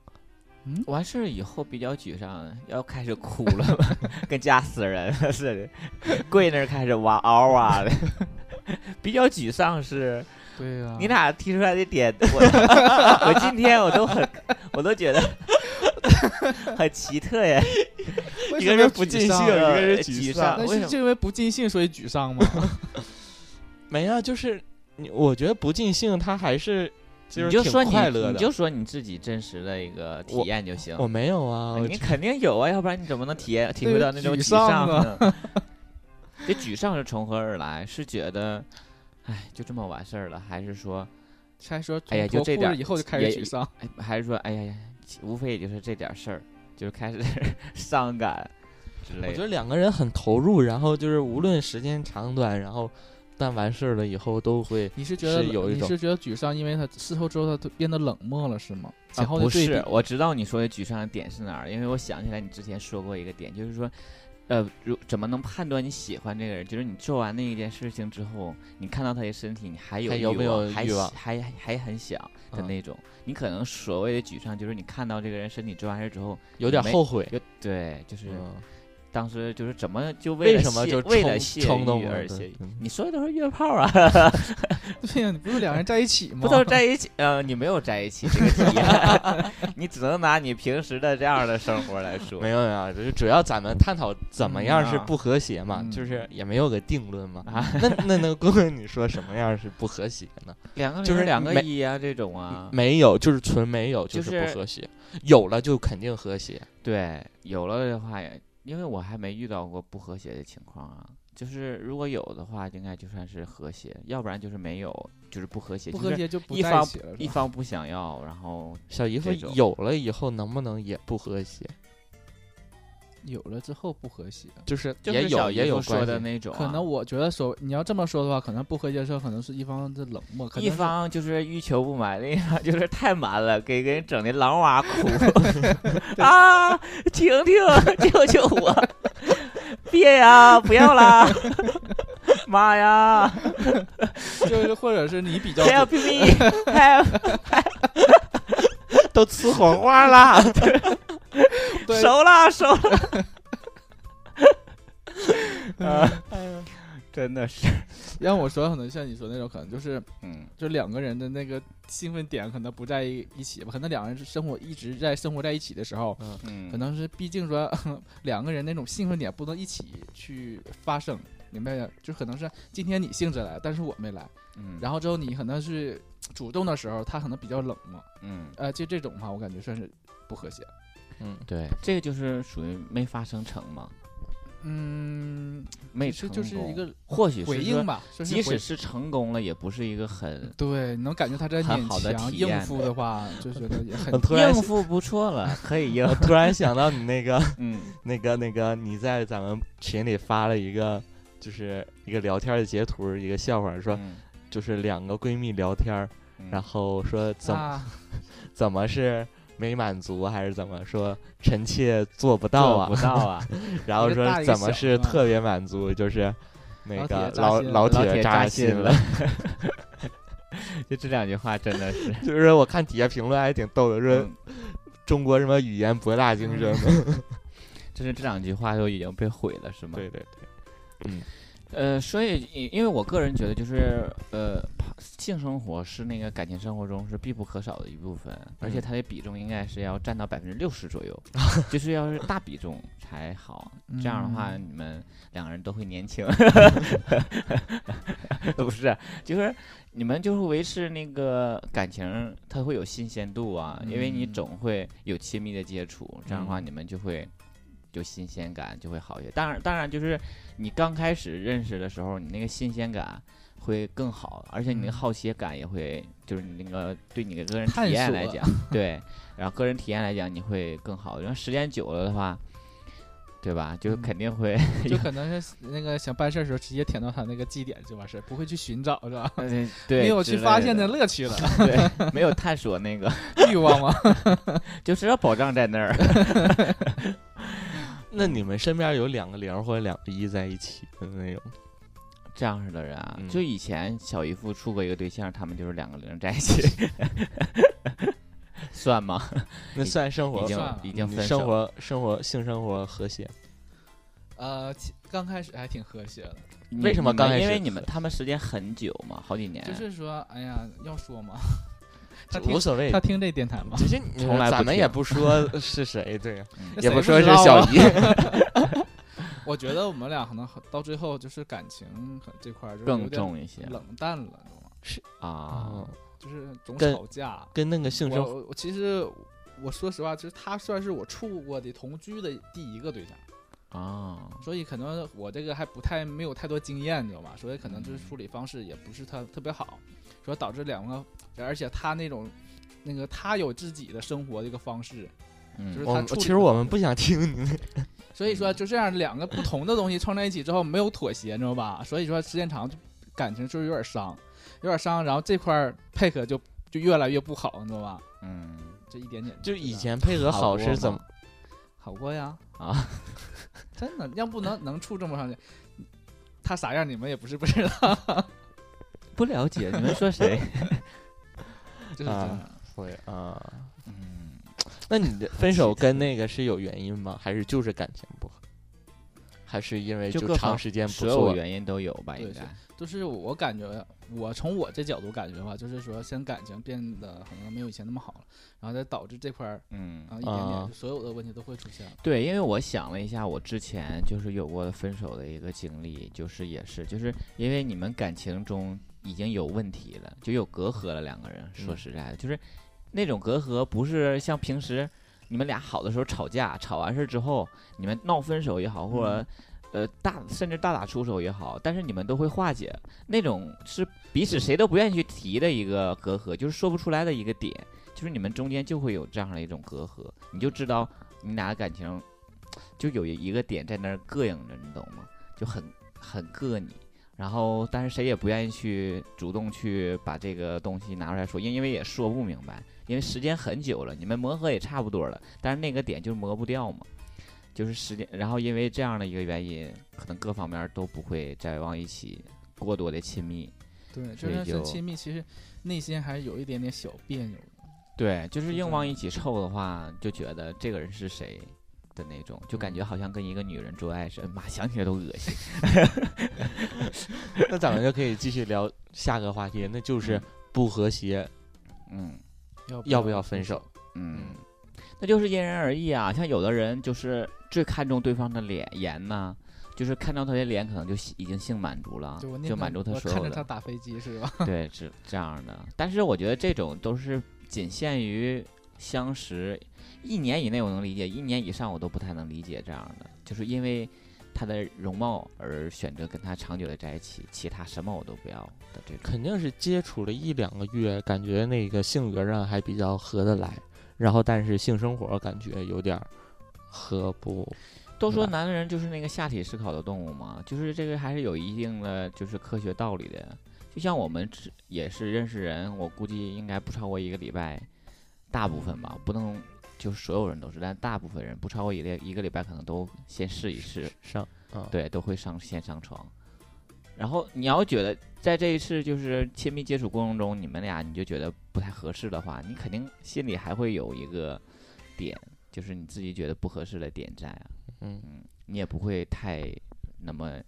[SPEAKER 2] 完事儿以后比较沮丧，要开始哭 了，跟家死人 了似的，跪那儿开始哇嗷啊哇的。 比较沮丧是
[SPEAKER 4] 对呀、
[SPEAKER 2] 啊你俩提出来的点， 我我今天我都很，我都觉得 很奇特耶。
[SPEAKER 4] 为
[SPEAKER 3] 一
[SPEAKER 4] 什
[SPEAKER 3] 个
[SPEAKER 4] 么
[SPEAKER 3] 人
[SPEAKER 4] 要
[SPEAKER 3] 不
[SPEAKER 4] 沮
[SPEAKER 3] 尽兴，一
[SPEAKER 4] 丧啊
[SPEAKER 3] 个人
[SPEAKER 2] 沮
[SPEAKER 3] 沮
[SPEAKER 2] 丧
[SPEAKER 4] 那
[SPEAKER 2] 啊为什
[SPEAKER 4] 是
[SPEAKER 2] 么
[SPEAKER 4] 就因为不尽兴所以沮丧吗？
[SPEAKER 3] 没啊，就是你，我觉得不尽兴，他还是就
[SPEAKER 2] 你
[SPEAKER 3] 是
[SPEAKER 2] 就说
[SPEAKER 3] 挺
[SPEAKER 2] 你
[SPEAKER 3] 快乐
[SPEAKER 2] 你
[SPEAKER 3] 的。
[SPEAKER 2] 就说你自己真实的一个体
[SPEAKER 3] 我
[SPEAKER 2] 验就行。
[SPEAKER 3] 我没有啊，我
[SPEAKER 2] 你肯定有啊，要不然你怎么能体验体会
[SPEAKER 4] 对
[SPEAKER 2] 到那种
[SPEAKER 4] 沮
[SPEAKER 2] 沮
[SPEAKER 4] 丧
[SPEAKER 2] 丧
[SPEAKER 3] 啊
[SPEAKER 2] 呢？ 这沮丧是从何而来？是觉得，哎，就这么完事儿了，还是说，
[SPEAKER 4] 才说
[SPEAKER 2] 哎呀
[SPEAKER 4] 从
[SPEAKER 2] 就这点
[SPEAKER 4] 脱裤子
[SPEAKER 2] 儿
[SPEAKER 4] 以后就开始
[SPEAKER 2] 也
[SPEAKER 4] 沮丧，
[SPEAKER 2] 哎，还是说，哎呀呀，无非也就是这点事儿，就是开始 伤感之
[SPEAKER 3] 我
[SPEAKER 2] 类
[SPEAKER 3] 觉
[SPEAKER 2] 的。
[SPEAKER 3] 得两个人很投入，然后就是无论时间长短，然后但完事儿了以后都会
[SPEAKER 4] 你是觉得
[SPEAKER 3] 是有一
[SPEAKER 4] 你
[SPEAKER 3] 种
[SPEAKER 4] 是觉得沮丧，因为他事后之后他都变得冷漠了是吗？前
[SPEAKER 2] 啊，
[SPEAKER 4] 后的
[SPEAKER 2] 不
[SPEAKER 4] 对比、
[SPEAKER 2] 是，我知道你说的沮丧的点是哪儿，因为我想起来你之前说过一个点，就是说，呃，如怎么能判断你喜欢这个人？就是你做完那一件事情之后，你看到他的身体，你还有
[SPEAKER 3] 还
[SPEAKER 2] 欲
[SPEAKER 3] 有没有
[SPEAKER 2] 望还
[SPEAKER 3] 欲
[SPEAKER 2] 喜
[SPEAKER 3] 望
[SPEAKER 2] 还还很想的
[SPEAKER 3] 嗯
[SPEAKER 2] 那种。你可能所谓的沮丧，就是你看到这个人身体做完事之后，
[SPEAKER 3] 有点
[SPEAKER 2] 没
[SPEAKER 3] 后悔。
[SPEAKER 2] 就对，就是
[SPEAKER 3] 嗯，
[SPEAKER 2] 当时就是怎么就
[SPEAKER 3] 为
[SPEAKER 2] 了
[SPEAKER 3] 什么
[SPEAKER 2] 泄
[SPEAKER 3] 就
[SPEAKER 2] 为了
[SPEAKER 3] 冲
[SPEAKER 2] 泄
[SPEAKER 3] 冲动
[SPEAKER 2] 欲
[SPEAKER 3] 了
[SPEAKER 2] 而
[SPEAKER 3] 对
[SPEAKER 2] 泄欲
[SPEAKER 3] 嗯？
[SPEAKER 2] 你说的都是约炮啊，
[SPEAKER 4] 对呀、你不是两人在一起
[SPEAKER 3] 哦
[SPEAKER 4] 吗？
[SPEAKER 2] 不都 是在一起？呃，你没有在一起这个体验，你只能拿你平时的这样的 生活来 说。
[SPEAKER 3] 没有呀，就是主要咱们探讨怎么
[SPEAKER 2] 嗯
[SPEAKER 3] 样是
[SPEAKER 2] 啊
[SPEAKER 3] 不和谐嘛，
[SPEAKER 4] 嗯
[SPEAKER 3] 就是也没有个定论嘛。
[SPEAKER 2] 啊，
[SPEAKER 3] 那那能哥哥你说什么样是不和谐呢？
[SPEAKER 2] 两个
[SPEAKER 3] 就是
[SPEAKER 2] 零两个
[SPEAKER 3] 没
[SPEAKER 2] 一啊，这种啊，
[SPEAKER 3] 没有，就是纯没有，
[SPEAKER 2] 就是是
[SPEAKER 3] 不和谐。有了就肯定和谐。
[SPEAKER 2] 对，有了的话也，因为我还没遇到过不和谐的情况啊。就是如果有的话，应该就算是和谐，要不然就是没有，就是不和谐，
[SPEAKER 4] 不
[SPEAKER 2] 就是
[SPEAKER 4] 和谐就不
[SPEAKER 2] 一
[SPEAKER 4] 在
[SPEAKER 2] 方
[SPEAKER 4] 一起了，
[SPEAKER 2] 一方不想要，然后
[SPEAKER 3] 小姨夫
[SPEAKER 2] 这种
[SPEAKER 3] 有了以后能不能也不和谐？
[SPEAKER 4] 有了之后不和谐。
[SPEAKER 3] 就是
[SPEAKER 2] 就
[SPEAKER 3] 也
[SPEAKER 2] 是小
[SPEAKER 3] 有
[SPEAKER 2] 姨
[SPEAKER 3] 也
[SPEAKER 2] 夫
[SPEAKER 3] 有
[SPEAKER 2] 说
[SPEAKER 3] 关
[SPEAKER 2] 的
[SPEAKER 3] 系。
[SPEAKER 2] 那种啊、
[SPEAKER 4] 可能我觉得所你要这么说的话，可能不和谐的时候，可能是一方的冷漠，可能
[SPEAKER 2] 一
[SPEAKER 4] 是
[SPEAKER 2] 方就是欲求不满，另一方就是太满了，给给人整的狼哇 哭啊！婷婷， 救救我！别呀，不要啦！ 妈呀！
[SPEAKER 4] 就是或者是 你比较
[SPEAKER 2] Help me! Help！
[SPEAKER 3] 都呲火花啦！
[SPEAKER 4] 对
[SPEAKER 2] 熟了，熟了。
[SPEAKER 3] 嗯
[SPEAKER 2] 啊，真的是，
[SPEAKER 4] 让我说，可能像你说那种，可能就是
[SPEAKER 2] 嗯，
[SPEAKER 4] 就两个人的那个兴奋点可能不在一一起吧，可能两个人是生活一直在生活在一起的时候，
[SPEAKER 2] 嗯
[SPEAKER 4] 可能是毕竟说两个人那种兴奋点不能一起去发生，明白呀？就可能是今天你兴致来，但是我没来。
[SPEAKER 2] 嗯，
[SPEAKER 4] 然后之后你可能是主动的时候，他可能比较冷漠。
[SPEAKER 2] 嗯，
[SPEAKER 4] 呃，就这种话，我感觉算是不和谐。
[SPEAKER 3] 嗯，
[SPEAKER 2] 对，这个就是属于没发生成嘛，
[SPEAKER 4] 嗯，
[SPEAKER 2] 没
[SPEAKER 4] 其实
[SPEAKER 2] 成
[SPEAKER 4] 就
[SPEAKER 2] 功，
[SPEAKER 4] 是一个
[SPEAKER 2] 或许
[SPEAKER 4] 回
[SPEAKER 2] 是
[SPEAKER 4] 应
[SPEAKER 2] 说，
[SPEAKER 4] 吧，说
[SPEAKER 2] 即
[SPEAKER 4] 回
[SPEAKER 2] 使是成功了，也不是一个很
[SPEAKER 4] 对，能感觉他在
[SPEAKER 2] 很好的
[SPEAKER 4] 勉强
[SPEAKER 2] 体
[SPEAKER 4] 应
[SPEAKER 2] 验
[SPEAKER 4] 付的话，就觉得也 很
[SPEAKER 3] 我突然
[SPEAKER 2] 应付不错 了，可以应
[SPEAKER 3] 我， 突然想到你那个
[SPEAKER 2] 嗯，
[SPEAKER 3] 那个那个，你在咱们群里发了一个，就是一个聊天的截图，一个笑话，说
[SPEAKER 2] 嗯
[SPEAKER 3] 就是两个闺蜜聊天儿，
[SPEAKER 2] 嗯
[SPEAKER 3] 然后说怎么
[SPEAKER 4] 啊，
[SPEAKER 3] 怎么是没满足，还是怎么说臣妾做不到
[SPEAKER 2] 做
[SPEAKER 3] 啊
[SPEAKER 2] 不？到啊，
[SPEAKER 3] 然后
[SPEAKER 4] 一个
[SPEAKER 3] 说
[SPEAKER 4] 大一个
[SPEAKER 3] 怎么
[SPEAKER 4] 小
[SPEAKER 3] 是
[SPEAKER 4] 嗯
[SPEAKER 3] 特别满足，就是那
[SPEAKER 4] 老
[SPEAKER 3] 个
[SPEAKER 4] 铁扎
[SPEAKER 3] 老
[SPEAKER 4] 心
[SPEAKER 3] 老
[SPEAKER 2] 老
[SPEAKER 4] 了
[SPEAKER 3] 铁
[SPEAKER 2] 铁
[SPEAKER 3] 扎
[SPEAKER 2] 扎
[SPEAKER 3] 心
[SPEAKER 2] 心
[SPEAKER 3] 了
[SPEAKER 2] 了。就这两句话真的是，
[SPEAKER 3] 就是我看底下评论还挺逗的，说
[SPEAKER 2] 嗯
[SPEAKER 3] 中国什么语言博大精深的。
[SPEAKER 2] 就是这两句话都已经被毁了，是吗？
[SPEAKER 3] 对对对，
[SPEAKER 2] 呃，所以因因为我个人觉得，就是呃，性生活是那个感情生活中是必不可少的一部分，而且
[SPEAKER 3] 嗯
[SPEAKER 2] 它的比重应该是要占到百分之六十左 右，就是要是大比重才好。
[SPEAKER 3] 嗯
[SPEAKER 2] 这样的话，你们两个人都会年 轻，不是？就是你们就是维持那个感情，它会有新鲜度啊，因为你
[SPEAKER 4] 嗯
[SPEAKER 2] 总会有亲密的接触，这样的话
[SPEAKER 3] 嗯
[SPEAKER 2] 你们就会。有新鲜感就会好一些，当然，当然就是你刚开始认识的时候，你那个新鲜感会更好，而且你那个
[SPEAKER 4] 嗯
[SPEAKER 2] 好奇感也会，就是你那个对你的个人
[SPEAKER 4] 探
[SPEAKER 2] 体验
[SPEAKER 4] 索
[SPEAKER 2] 来讲， 对，然后个人体验来讲你会更好。然后时间久了的话，对吧？就是
[SPEAKER 4] 嗯
[SPEAKER 2] 肯定 会
[SPEAKER 4] 就可能是那个想办事儿的时候直接舔到他那个基点就完事儿，不会去寻找是吧？
[SPEAKER 2] 呃对
[SPEAKER 4] 没有
[SPEAKER 2] 之
[SPEAKER 4] 去
[SPEAKER 2] 类
[SPEAKER 4] 发现的
[SPEAKER 2] 的，
[SPEAKER 4] 乐趣了，
[SPEAKER 2] 对，没有探索那个，
[SPEAKER 4] 欲望吗？
[SPEAKER 2] 就是要保障在那 儿。
[SPEAKER 3] 那你们身边有两个零或者两个一在一起的那种？
[SPEAKER 2] 这样式的人啊，
[SPEAKER 3] 嗯
[SPEAKER 2] 就以前小姨夫处过一个对象，他们就是两个零在一起， 算吗？
[SPEAKER 3] 那算生活
[SPEAKER 2] 已经
[SPEAKER 4] 算了
[SPEAKER 2] 已经
[SPEAKER 3] 你
[SPEAKER 2] 分手
[SPEAKER 3] 生
[SPEAKER 2] 了。
[SPEAKER 3] 活生活性生活和谐，
[SPEAKER 4] 呃，其刚开始还挺和谐的，
[SPEAKER 2] 你
[SPEAKER 3] 为什么
[SPEAKER 2] 你们
[SPEAKER 3] 刚开
[SPEAKER 2] 因
[SPEAKER 3] 始
[SPEAKER 2] 为你们他们时间很久嘛，好几年，
[SPEAKER 4] 就是说，哎呀，要说 吗？他
[SPEAKER 3] 这
[SPEAKER 4] 听
[SPEAKER 3] 无所谓
[SPEAKER 4] 他。听这电台吗？
[SPEAKER 3] 只是你
[SPEAKER 2] 从来不
[SPEAKER 3] 咱们
[SPEAKER 2] 听
[SPEAKER 3] 也不说是谁， 对呀，
[SPEAKER 2] 嗯
[SPEAKER 4] 那
[SPEAKER 3] 也
[SPEAKER 4] 谁
[SPEAKER 3] 不
[SPEAKER 4] 知
[SPEAKER 3] 说是
[SPEAKER 4] 道
[SPEAKER 3] 小
[SPEAKER 4] 啊。
[SPEAKER 3] 姨，
[SPEAKER 4] 我觉得我们俩可能到最后就是感情可这块儿就是有
[SPEAKER 2] 更
[SPEAKER 4] 点
[SPEAKER 2] 重一些
[SPEAKER 4] 冷淡了，你知道吗？
[SPEAKER 2] 啊。
[SPEAKER 4] 就是总
[SPEAKER 3] 跟
[SPEAKER 4] 吵架。
[SPEAKER 3] 嗯跟那个性生活
[SPEAKER 4] 我我其实我说实话，其实他算是我处过的同居的第一个对象，
[SPEAKER 2] 啊，
[SPEAKER 4] 所以可能我这个还不太没有太多经验，你知道吧？所以可能就是处理方式也不是他特别好，所以导致两个，而且他那种那个他有自己的生活的一个方式，
[SPEAKER 2] 嗯
[SPEAKER 4] 就是
[SPEAKER 3] 我
[SPEAKER 4] 他
[SPEAKER 3] 们
[SPEAKER 4] 处理
[SPEAKER 3] 其
[SPEAKER 4] 的
[SPEAKER 3] 实我们不想听你们，
[SPEAKER 4] 所以说就这样两个不同的东西撞在一起之后没有妥协，你知道吧？所以说时间长就感情就是有点伤，有点伤，然后这块儿配合就就越来越不好，你知道吧？
[SPEAKER 2] 嗯，
[SPEAKER 4] 这一点点
[SPEAKER 3] 就是以
[SPEAKER 4] 前。
[SPEAKER 3] 前配合好是怎么？
[SPEAKER 4] 好过呀
[SPEAKER 2] 啊！
[SPEAKER 4] 真的，要不能能处这么长时间，他啥样你们也不是不知道，
[SPEAKER 2] 不了解，你们说谁？
[SPEAKER 4] 这是真的。
[SPEAKER 3] 会啊？
[SPEAKER 2] 嗯，
[SPEAKER 3] 那你的分手跟那个是有原因吗？还是就是感情不合？还是因为
[SPEAKER 2] 就
[SPEAKER 3] 就
[SPEAKER 2] 各
[SPEAKER 3] 长
[SPEAKER 2] 方
[SPEAKER 3] 时间不
[SPEAKER 2] 所有
[SPEAKER 3] 做？
[SPEAKER 2] 原因都有吧？应
[SPEAKER 4] 对
[SPEAKER 2] 该
[SPEAKER 4] 是就是我感觉，我从我这角度感觉吧，就是说，先感情变得好像没有以前那么好了，然后再导致这块儿
[SPEAKER 2] 嗯
[SPEAKER 4] 啊一点
[SPEAKER 3] 啊
[SPEAKER 4] 点所有的问题都会出现。
[SPEAKER 2] 对，因为我想了一下，我之前就是有过分手的一个经历，就是也是，就是因为你们感情中已经有问题了，就有隔阂了，两个人。说
[SPEAKER 3] 嗯
[SPEAKER 2] 实在的，就是那种隔阂，不是像平时你们俩好的时候吵架，吵完事儿之后你们闹分手也好，或者、呃大甚至大打出手也好，但是你们都会化解，那种是彼此谁都不愿意去提的一个隔阂，就是说不出来的一个点，就是你们中间就会有这样的一种隔阂，你就知道你俩的感情就有一个点在那儿膈应着，你懂吗？就很很膈你。然后，但是谁也不愿意去主动去把这个东西拿出来说，因因为也说不明白，因为时间很久了，你们磨合也差不多了，但是那个点就是磨不掉嘛，就是时间。然后因为这样的一个原因，可能各方面都不会再往一起过多的亲密。
[SPEAKER 4] 对，
[SPEAKER 2] 所
[SPEAKER 4] 就
[SPEAKER 2] 以
[SPEAKER 4] 算
[SPEAKER 2] 就是
[SPEAKER 4] 亲密，其实内心还是有一点点小别扭的。
[SPEAKER 2] 对，就是
[SPEAKER 4] 是
[SPEAKER 2] 硬
[SPEAKER 4] 这
[SPEAKER 2] 往
[SPEAKER 4] 样
[SPEAKER 2] 一起凑的话，就觉得这个人是谁的那种，就感觉好像跟一个女人做爱是，妈想起来都恶心。
[SPEAKER 3] 那咱们就可以继续聊下个话题，那就是
[SPEAKER 2] 嗯
[SPEAKER 3] 不和谐
[SPEAKER 2] 嗯
[SPEAKER 4] 要不
[SPEAKER 3] 要不要分手？
[SPEAKER 2] 嗯，那就是因人而异啊。像有的人就是最看重对方的脸颜呐、就是看到他的脸，可能就喜已经性满足了
[SPEAKER 4] 就我，那
[SPEAKER 2] 就
[SPEAKER 4] 天
[SPEAKER 2] 满足他
[SPEAKER 4] 我
[SPEAKER 2] 所
[SPEAKER 4] 看
[SPEAKER 2] 有
[SPEAKER 4] 着他
[SPEAKER 2] 的，
[SPEAKER 4] 打飞机 是吧？
[SPEAKER 2] 对，是这样的。但是我觉得这种都是仅限于相识一年以内，我能理解；一年以上我都不太能理解这样的，就是因为他的容貌而选择跟他长久的在一起，其他什么我都不要的这种。
[SPEAKER 3] 肯定是接触了一两个月，感觉那个性格上还比较合得来，然后但是性生活感觉有点儿合不
[SPEAKER 2] 都说
[SPEAKER 3] 对吧
[SPEAKER 2] 男人就是那个下体思考的动物嘛，就是这个还是有一定的就是科学道理的。就像我们只也是认识人，我估计应该不超过一个礼拜，大部分吧，不能就是所有人都是，但大部分人不超过一个一个礼拜，可能都先试一试，
[SPEAKER 3] 上啊。，
[SPEAKER 2] 对，都会上先上床。然后你要觉得在这一次就是亲密接触过程中，你们俩你就觉得不太合适的话，你肯定心里还会有一个点，就是你自己觉得不合适的点在啊。
[SPEAKER 3] 嗯，
[SPEAKER 2] 你也不会太那么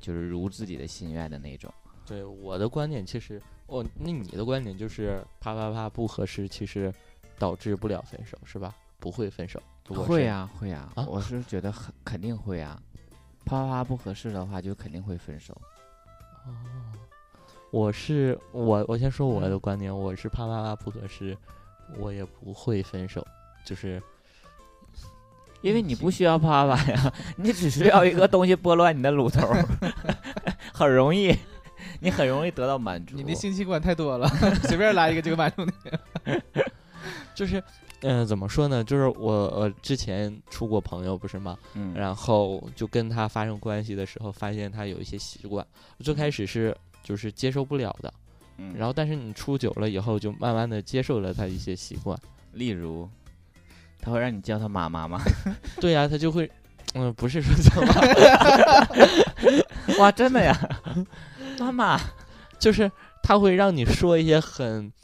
[SPEAKER 2] 就是如自己的心愿的那种。
[SPEAKER 3] 对我的观点其实，哦，那你的观点就是啪啪啪不合适，其实导致不了分手是吧？不会分手，如果
[SPEAKER 2] 会
[SPEAKER 3] 是
[SPEAKER 2] 啊，会啊，
[SPEAKER 3] 啊
[SPEAKER 2] 我是觉得很肯定会啊。啪啪啪不合适的话，就肯定会分手。
[SPEAKER 3] 哦我是我，我先说我的观点，我是啪啪啪不合适，我也不会分手，就是
[SPEAKER 2] 因
[SPEAKER 3] 嗯
[SPEAKER 2] 为你不需要啪啪啪呀，你只需要一个东西拨乱你的乳头儿， 很容易，你很容易得到满足。
[SPEAKER 4] 你的性器官太多了， 随便来一个就给满足你。
[SPEAKER 3] 就是，嗯、怎么说呢？就是我我之前处过朋友不是吗？
[SPEAKER 2] 嗯，
[SPEAKER 3] 然后就跟他发生关系的时候，发现他有一些习惯，最开始是就是接受不了的，
[SPEAKER 2] 嗯
[SPEAKER 3] 然后但是你处久了以后，就慢慢的接受了他一些习惯。
[SPEAKER 2] 例如，他会让你叫他妈妈 吗？
[SPEAKER 3] 对呀、他就会，嗯，不是说叫妈妈，
[SPEAKER 2] 哇，真的呀，妈妈，
[SPEAKER 3] 就是他会让你说一些很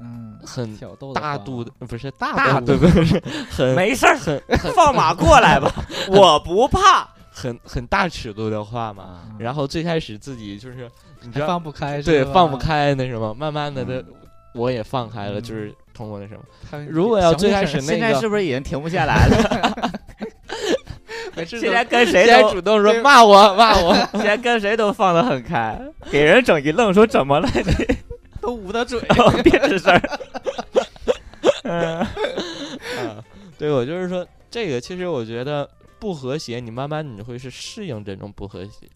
[SPEAKER 4] 嗯，
[SPEAKER 3] 很
[SPEAKER 4] 挑逗的
[SPEAKER 3] 大
[SPEAKER 4] 话
[SPEAKER 3] 度的，不是大
[SPEAKER 2] 大
[SPEAKER 3] 度的，不是很
[SPEAKER 2] 没事儿，
[SPEAKER 3] 很
[SPEAKER 2] 放马过来 吧，我不怕。
[SPEAKER 3] 很很大尺度的话嘛。
[SPEAKER 2] 啊
[SPEAKER 3] 然后最开始自己就是你知
[SPEAKER 4] 还
[SPEAKER 3] 道
[SPEAKER 4] 放不开，
[SPEAKER 3] 对
[SPEAKER 4] 是吧
[SPEAKER 3] 嗯放不，开那什么，慢慢的的
[SPEAKER 2] 嗯
[SPEAKER 3] 我也放开了，
[SPEAKER 4] 嗯
[SPEAKER 3] 就是通过那什么。
[SPEAKER 4] 他
[SPEAKER 3] 如果要
[SPEAKER 4] 小
[SPEAKER 3] 最
[SPEAKER 4] 女
[SPEAKER 3] 开
[SPEAKER 4] 生
[SPEAKER 3] 始
[SPEAKER 2] 现在是
[SPEAKER 3] 那个，
[SPEAKER 2] 不是已经停不下来了？
[SPEAKER 4] 每次
[SPEAKER 2] 现
[SPEAKER 4] 都
[SPEAKER 2] 在跟谁
[SPEAKER 3] 现 在
[SPEAKER 2] 都
[SPEAKER 3] 主动说
[SPEAKER 4] 对
[SPEAKER 3] 骂我骂 我，
[SPEAKER 2] 现在跟谁都放得很开，给人整一愣，说怎么了 你？哦
[SPEAKER 4] 都捂着嘴，
[SPEAKER 2] 别吱声儿。嗯
[SPEAKER 3] 啊，对我就是说，这个其实我觉得不和谐，你慢慢你会是适应这种不和谐，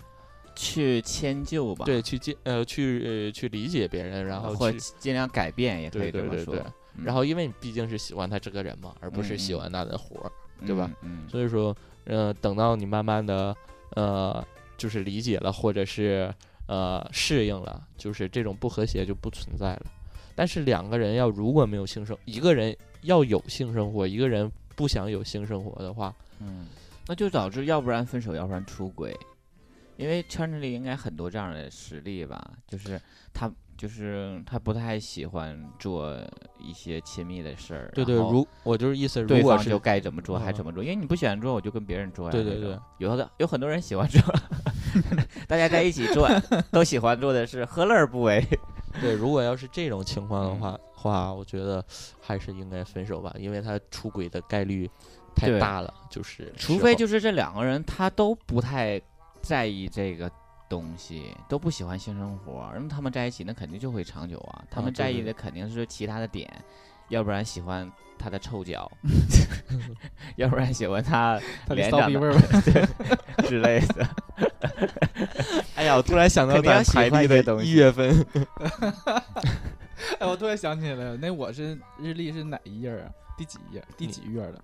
[SPEAKER 2] 去迁就吧，
[SPEAKER 3] 对，去接呃去呃去理解别人，然后
[SPEAKER 2] 或者
[SPEAKER 3] 去
[SPEAKER 2] 尽量改变，也可
[SPEAKER 3] 对
[SPEAKER 2] 以这
[SPEAKER 3] 对
[SPEAKER 2] 么
[SPEAKER 3] 对
[SPEAKER 2] 说。
[SPEAKER 3] 对，
[SPEAKER 2] 嗯
[SPEAKER 3] 然后因为你毕竟是喜欢他这个人嘛，而不
[SPEAKER 2] 嗯
[SPEAKER 3] 是喜
[SPEAKER 2] 嗯
[SPEAKER 3] 欢他的活儿，
[SPEAKER 2] 嗯
[SPEAKER 3] 对吧？
[SPEAKER 2] 嗯，
[SPEAKER 3] 所以说，呃，等到你慢慢的呃就是理解了，或者是呃适应了，就是这种不和谐就不存在了。但是两个人要如果没有性生，一个人要有性生活，一个人不想有性生活的话，
[SPEAKER 2] 嗯，那就导致要不然分手，要不然出轨，因为圈子里应该很多这样的实例吧，就是他。就是他不太喜欢做一些亲密的事儿，
[SPEAKER 3] 对对，
[SPEAKER 2] 然后
[SPEAKER 3] 如我就是意思，如
[SPEAKER 2] 对
[SPEAKER 3] 果
[SPEAKER 2] 方
[SPEAKER 3] 是
[SPEAKER 2] 就该怎么做还
[SPEAKER 3] 嗯
[SPEAKER 2] 怎么做，因为你不喜欢做，我就跟别人做呀。
[SPEAKER 3] 对对
[SPEAKER 2] 那种
[SPEAKER 3] 对，
[SPEAKER 2] 有的有很多人喜欢做， 大家在一起做，都喜欢做的事，何乐而不为？
[SPEAKER 3] 对，如果要是这种情
[SPEAKER 2] 嗯
[SPEAKER 3] 况的话话，我觉得还是应该分手吧，因为他出轨的概率太
[SPEAKER 2] 对
[SPEAKER 3] 大了，就是
[SPEAKER 2] 除
[SPEAKER 3] 时
[SPEAKER 2] 非
[SPEAKER 3] 候
[SPEAKER 2] 就是这两个人他都不太在意这个东西，都不喜欢性生活，那么他们在一起那肯定就会长久啊。他
[SPEAKER 3] 啊
[SPEAKER 2] 们
[SPEAKER 3] 对
[SPEAKER 2] 在
[SPEAKER 3] 对
[SPEAKER 2] 意的肯定是其他的点，要不然喜欢他的臭脚，要不然喜欢他
[SPEAKER 4] 他的
[SPEAKER 2] 脸
[SPEAKER 4] 骚
[SPEAKER 2] 长
[SPEAKER 4] 逼
[SPEAKER 2] 得
[SPEAKER 4] 味儿吧，
[SPEAKER 2] 之类的。
[SPEAKER 3] 哎呀，我突然想到
[SPEAKER 2] 肯定要
[SPEAKER 3] 咱
[SPEAKER 2] 喜
[SPEAKER 3] 台
[SPEAKER 2] 欢
[SPEAKER 3] 历
[SPEAKER 2] 一些
[SPEAKER 3] 的
[SPEAKER 2] 东
[SPEAKER 3] 一
[SPEAKER 2] 西
[SPEAKER 3] 月份，
[SPEAKER 4] 哎，我突然想起来了，那我是日历是哪一页儿啊？第几页？第几月的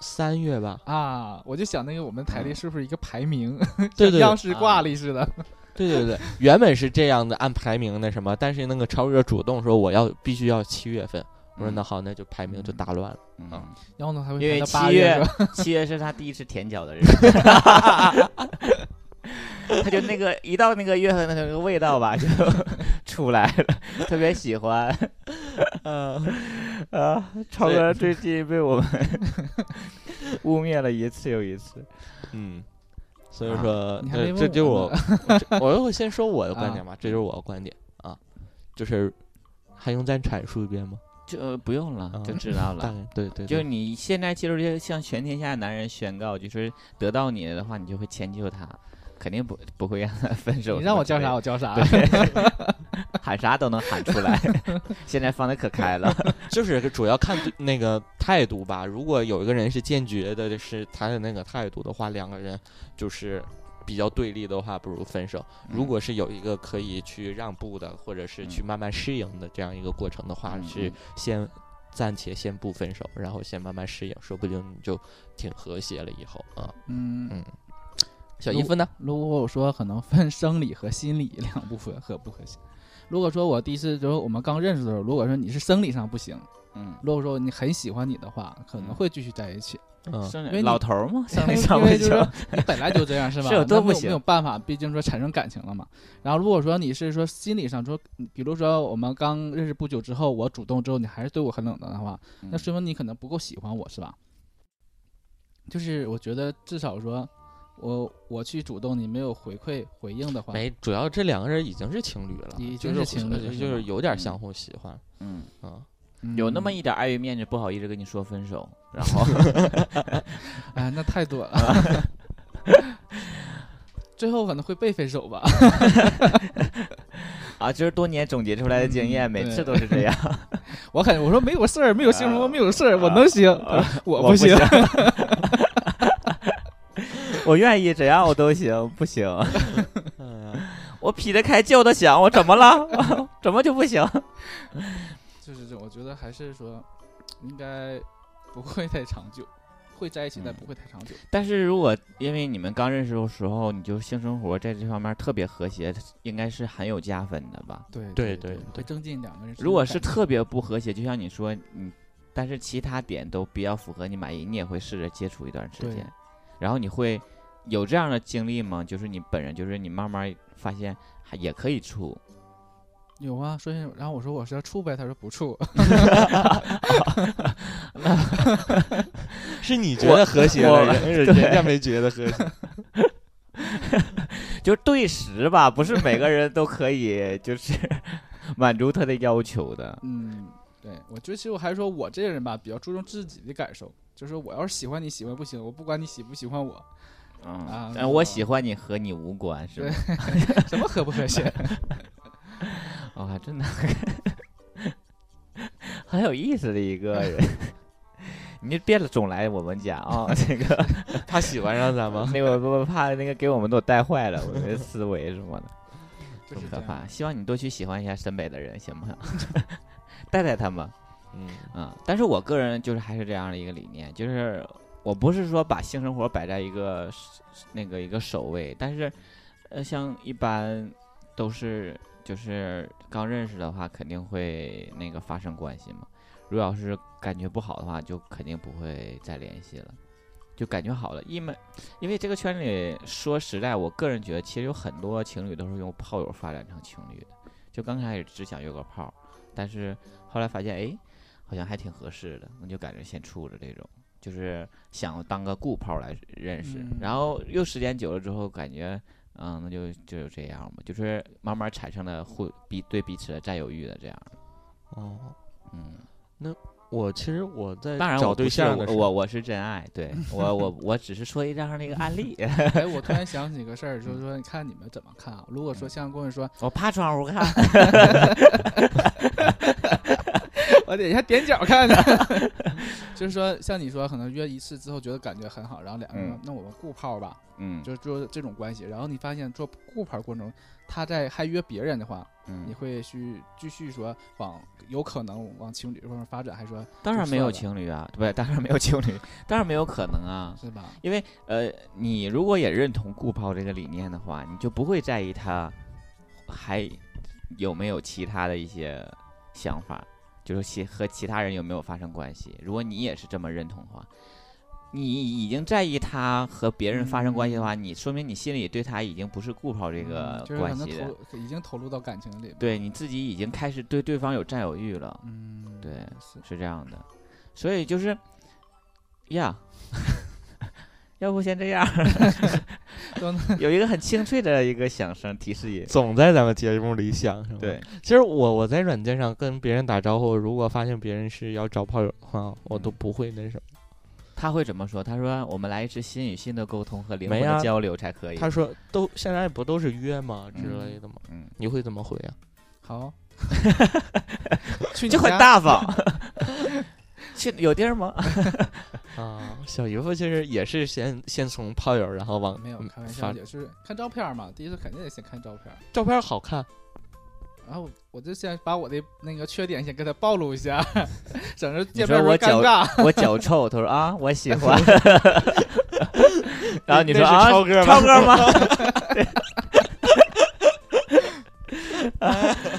[SPEAKER 3] 三月吧，
[SPEAKER 4] 啊？我就想那个我们台历是不是一个排名，
[SPEAKER 3] 对
[SPEAKER 4] 像
[SPEAKER 3] 对对
[SPEAKER 4] 央视挂历似的？
[SPEAKER 3] 对对对，原本是这样的，按排名那什么，但是那个超哥主动说我要必须要七月份，我说那好，那就排名就打乱了，
[SPEAKER 2] 嗯，
[SPEAKER 3] 啊
[SPEAKER 2] 嗯
[SPEAKER 4] 然后呢，还会
[SPEAKER 2] 因
[SPEAKER 4] 排
[SPEAKER 2] 为
[SPEAKER 4] 到
[SPEAKER 2] 七
[SPEAKER 4] 八
[SPEAKER 2] 月
[SPEAKER 4] 是吧？
[SPEAKER 2] 七月是他第一次舔脚的日子，他就那个一到那个月份的那个味道吧就 出来了，特别喜欢。啊，超
[SPEAKER 3] 对
[SPEAKER 2] 哥最近被我们 污蔑了一次又一次。
[SPEAKER 3] 嗯。所以
[SPEAKER 2] 啊
[SPEAKER 3] 说，
[SPEAKER 4] 你还
[SPEAKER 3] 这这
[SPEAKER 4] 没问
[SPEAKER 3] 就是
[SPEAKER 4] 我
[SPEAKER 3] 我，这我我啊先说我的观点吧，这就是我的观点啊，就是还用再阐述一遍吗？
[SPEAKER 2] 就呃不用了，就
[SPEAKER 3] 嗯
[SPEAKER 2] 知道
[SPEAKER 3] 大
[SPEAKER 2] 了。
[SPEAKER 3] 概对对，
[SPEAKER 2] 就是
[SPEAKER 3] 对
[SPEAKER 2] 你现在接受这些向全天下男人宣告，就是得到你的话，你就会迁就他，肯定不不会让他分手。
[SPEAKER 4] 你让我叫啥，我叫啥。
[SPEAKER 2] 喊啥都能喊出来。 现在放的可开了，
[SPEAKER 3] 就是主要看对 那个态度吧。如果有一个人是坚决的，是他的那个态度的话，两个人就是比较对立的话，不如分手。如果是有一个可以去让步的，或者是去慢慢适应的这样一个过程的话，
[SPEAKER 2] 嗯
[SPEAKER 3] 是
[SPEAKER 2] 嗯
[SPEAKER 3] 先暂且先不分手，然后先慢慢适应，说不定你就挺和谐了以后啊。
[SPEAKER 4] 嗯，
[SPEAKER 3] 小姨夫呢？
[SPEAKER 4] 如果我说可能分生理和心理两部分合不和谐。如果说我第一次就是我们刚认识的时候，如果说你是生理上不行，
[SPEAKER 2] 嗯，
[SPEAKER 4] 如果说你很喜欢你的话，可能会继续在一起，
[SPEAKER 3] 嗯，
[SPEAKER 2] 生
[SPEAKER 4] 因为你
[SPEAKER 2] 老头儿 嘛，生理上
[SPEAKER 4] 因
[SPEAKER 2] 不
[SPEAKER 4] 为就是
[SPEAKER 2] 行
[SPEAKER 4] 说，你 本来就这样是吧？
[SPEAKER 2] 是有
[SPEAKER 4] 那
[SPEAKER 2] 多
[SPEAKER 4] 没
[SPEAKER 2] 不行
[SPEAKER 4] 没有办法，毕竟说产生感情了嘛。然后如果说你是说心理上说，比如说我们刚认识不久之后，我主动之后你还是对我很冷淡的话，那说明你可能不够喜欢我是吧？就是我觉得至少说，我我去主动，你没有回馈回应的话，
[SPEAKER 3] 没，哎主要这两个人已经是情侣了，
[SPEAKER 4] 已
[SPEAKER 3] 就
[SPEAKER 4] 经
[SPEAKER 3] 是
[SPEAKER 4] 是情侣了是
[SPEAKER 3] 就是
[SPEAKER 4] 吗
[SPEAKER 3] 有点
[SPEAKER 2] 嗯
[SPEAKER 3] 相互喜欢
[SPEAKER 2] 嗯，
[SPEAKER 3] 啊。
[SPEAKER 4] 嗯
[SPEAKER 2] 有那么一点碍于面子，不好意思跟你说分手，然后
[SPEAKER 4] 哎，那太多了。最后可能会被分手吧，
[SPEAKER 2] 啊，就是多年总结出来的经验，
[SPEAKER 4] 嗯
[SPEAKER 2] 每次
[SPEAKER 4] 对
[SPEAKER 2] 都是这样。
[SPEAKER 4] 我肯我说没有事儿，没有性生活，没有事儿，我能行，他说我
[SPEAKER 2] 啊我不
[SPEAKER 4] 行，
[SPEAKER 2] 我愿意，怎样我都行，不行，
[SPEAKER 3] 嗯。
[SPEAKER 2] 我劈得开，叫得响，我怎么了？ 怎么就不行？
[SPEAKER 4] 就是这，我觉得还是说应该不会太长久，会在一起但
[SPEAKER 2] 嗯
[SPEAKER 4] 不会太长久。
[SPEAKER 2] 但是如果因为你们刚认识的时候，你就性生活在这方面特别和谐，应该是很有加分的吧？
[SPEAKER 4] 对
[SPEAKER 3] 对对对
[SPEAKER 4] 会增进两个人之间的感情。
[SPEAKER 2] 如果是特别不和谐，就像你说，你但是其他点都比较符合你满意，你也会试着接触一段时
[SPEAKER 4] 对
[SPEAKER 2] 间，然后你会有这样的经历吗？就是你本人，就是你慢慢发现还也可以处，
[SPEAKER 4] 有啊，所以然后我说我是要处呗，他说不处，
[SPEAKER 3] 是你觉
[SPEAKER 2] 我
[SPEAKER 3] 得和谐
[SPEAKER 2] 我
[SPEAKER 3] 的人，人家没觉得和谐。
[SPEAKER 2] 就是对时吧，不是每个人都可以就是 满足他的要求的。
[SPEAKER 4] 嗯，对我觉得其实我还是说我这个人吧，比较注重自己的感受，就是我要是喜欢你喜欢不行，我不管你喜不喜欢我，啊
[SPEAKER 2] 嗯，
[SPEAKER 4] 那
[SPEAKER 2] 但我
[SPEAKER 4] 我
[SPEAKER 2] 喜欢你和你无关，是
[SPEAKER 4] 对
[SPEAKER 2] 吧？
[SPEAKER 4] 什么和 不和 谐？
[SPEAKER 2] 哇、真的 很有意思的一个人。你就别总来我们家啊、 这个
[SPEAKER 3] 他喜欢上咱们，
[SPEAKER 2] 那个不怕那个给我们都带坏了，我们 的思维什么的，
[SPEAKER 4] 就
[SPEAKER 2] 很
[SPEAKER 4] 是
[SPEAKER 2] 可
[SPEAKER 4] 这样
[SPEAKER 2] 怕。希望你多去喜欢一下沈北的人，行吗？ 带带他们
[SPEAKER 3] 嗯，
[SPEAKER 2] 啊、但是我个人就是还是这样的一个理念，就是我不是说把性生活摆在一个那个一个首位，但是呃，像一般都是就是刚认识的话，肯定会那个发生关系嘛。如果要是感觉不好的话，就肯定不会再联系了。就感觉好了，因为因为这个圈里说实在，我个人觉得其实有很多情侣都是用炮友发展成情侣的。就刚开始只想约个炮，但是后来发现，哎，好像还挺合适的，那就感觉先处着这种，就是想当个固炮来认识，
[SPEAKER 4] 嗯
[SPEAKER 2] 然后又时间久了之后，感觉，嗯，那就就这样吧，就是慢慢产生了互彼对彼此的占有欲的这样，
[SPEAKER 3] 哦，
[SPEAKER 2] 嗯，
[SPEAKER 3] 我其实我在
[SPEAKER 2] 当然
[SPEAKER 3] 找
[SPEAKER 2] 我不
[SPEAKER 3] 对
[SPEAKER 2] 是
[SPEAKER 3] 象的时
[SPEAKER 2] 我我
[SPEAKER 3] 候，
[SPEAKER 2] 我是真爱，对我我我只是说一这样的一个案例，
[SPEAKER 4] 哎，我突然想起个事儿，就是说，你看你们怎么看啊？如果
[SPEAKER 2] 嗯
[SPEAKER 4] 说像工人说，
[SPEAKER 2] 我趴窗户看，
[SPEAKER 4] 我得还踮脚看呢， 就是说，像你说，可能约一次之后觉得感觉很好，然后两个人说
[SPEAKER 2] 嗯，
[SPEAKER 4] 那我们固炮吧，
[SPEAKER 2] 嗯
[SPEAKER 4] 就是就是这种关系。然后你发现做固牌过程中，他在还约别人的话，你
[SPEAKER 2] 嗯，
[SPEAKER 4] 会去继续说往有可能往情侣这方面发展，还说
[SPEAKER 2] 当然
[SPEAKER 4] 就
[SPEAKER 2] 没有
[SPEAKER 4] 算了
[SPEAKER 2] 情侣啊，不是，当然没有情侣，当然没有可能啊，
[SPEAKER 4] 是吧？
[SPEAKER 2] 因为呃，你如果也认同顾抛这个理念的话，你就不会在意他还有没有其他的一些想法，就是其和其他人有没有发生关系。如果你也是这么认同的话，你已经在意他和别人发生关系的话，你说明你心里对他已经不是顾抛这个
[SPEAKER 4] 嗯就是可
[SPEAKER 2] 关
[SPEAKER 4] 能
[SPEAKER 2] 系的，
[SPEAKER 4] 投已经投入到感情里，，
[SPEAKER 2] 对你自己已经开始对对方有占有欲了。
[SPEAKER 4] 嗯，
[SPEAKER 2] 对
[SPEAKER 4] 是
[SPEAKER 2] 是这样的，所以 就是呀，要不先这样，
[SPEAKER 4] 都 能
[SPEAKER 2] 有一个很清脆的一个响声提示音。
[SPEAKER 3] 总在咱们节目里想，是吗？
[SPEAKER 2] 对，
[SPEAKER 3] 其实我我在软件上跟别人打招呼，如果发现别人是要找炮友的话，我都不会那什么。
[SPEAKER 2] 他会怎么说？他说：“我们来一次心与心的沟通和灵
[SPEAKER 3] 没
[SPEAKER 2] 魂的
[SPEAKER 3] 啊
[SPEAKER 2] 交流才可以。
[SPEAKER 3] 他说都现在不都是约吗之类的吗？
[SPEAKER 2] 嗯，
[SPEAKER 3] 你会怎么回啊？
[SPEAKER 4] 好，去你
[SPEAKER 2] 就很
[SPEAKER 4] 家
[SPEAKER 2] 大 方。去有地儿吗？
[SPEAKER 3] 啊，小姨夫其实也是先先从炮友，然后往
[SPEAKER 4] 没有
[SPEAKER 3] 嗯
[SPEAKER 4] 开玩
[SPEAKER 3] 发
[SPEAKER 4] 笑，也是看照片嘛。第一次肯定得先看照片，
[SPEAKER 3] 照片好看，
[SPEAKER 4] 然后我就先把我的那个缺点先给他暴露一下， 省着
[SPEAKER 2] 你
[SPEAKER 4] 见
[SPEAKER 2] 说
[SPEAKER 4] 面
[SPEAKER 2] 我
[SPEAKER 4] 儿尴
[SPEAKER 2] 脚
[SPEAKER 4] 尬。
[SPEAKER 2] 我脚臭，他说啊，我喜欢。然后你说
[SPEAKER 3] 那是
[SPEAKER 2] 啊，
[SPEAKER 3] 超哥
[SPEAKER 2] 超
[SPEAKER 3] 吗？
[SPEAKER 2] 哥吗？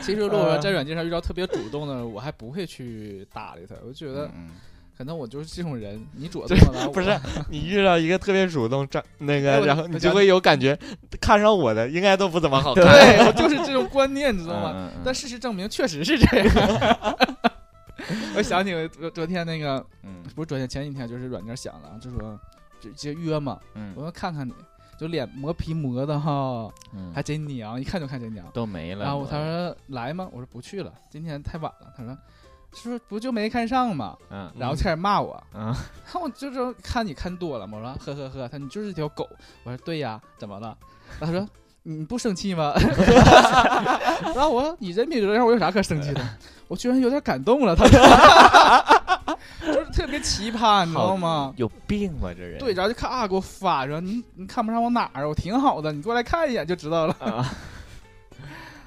[SPEAKER 4] 其实如
[SPEAKER 3] 嗯
[SPEAKER 4] 果在软件上遇到特别主动的，我还不会去搭理他，我就觉得
[SPEAKER 2] 嗯
[SPEAKER 4] 可能我就是这种人，你主
[SPEAKER 3] 这
[SPEAKER 4] 动了，
[SPEAKER 3] 不
[SPEAKER 4] 我
[SPEAKER 3] 是 你遇到一个特别主动站那
[SPEAKER 4] 哎
[SPEAKER 3] 个，
[SPEAKER 4] 我
[SPEAKER 3] 然后你
[SPEAKER 4] 我
[SPEAKER 3] 就
[SPEAKER 4] 想
[SPEAKER 3] 会有感觉，看上我的应该都不怎么好看。
[SPEAKER 4] 对我就是这种观念，你知道吗？
[SPEAKER 2] 嗯嗯
[SPEAKER 4] 但事实证明确实是这样。我想起我昨昨天那个
[SPEAKER 2] 嗯
[SPEAKER 4] 不是昨天前几天就是软件响了，就说直接约嘛，
[SPEAKER 2] 嗯
[SPEAKER 4] 我要看看你，就脸磨皮磨的哈，
[SPEAKER 2] 嗯，
[SPEAKER 4] 还贼娘，一看就看贼娘。
[SPEAKER 2] 都没了。
[SPEAKER 4] 然后他啊说来吗？我说不去了，今天太晚了。他说是不是不就没看上吗？
[SPEAKER 2] 嗯
[SPEAKER 4] 然后就开始骂我，
[SPEAKER 2] 嗯
[SPEAKER 4] 然后我就说看你看多了嘛，我说呵呵呵，他说你就是一条狗。我说对呀，怎么了？然后他说。你不生气吗？ 然后我说你人品这样，我有啥可生气的？我居然有点感动了，他说就是特别奇葩，你知道吗？
[SPEAKER 2] 有病吧这人？
[SPEAKER 4] 对，然后就看啊，给我发说你你看不上我哪儿啊？我挺好的，你过来看一眼就知道了。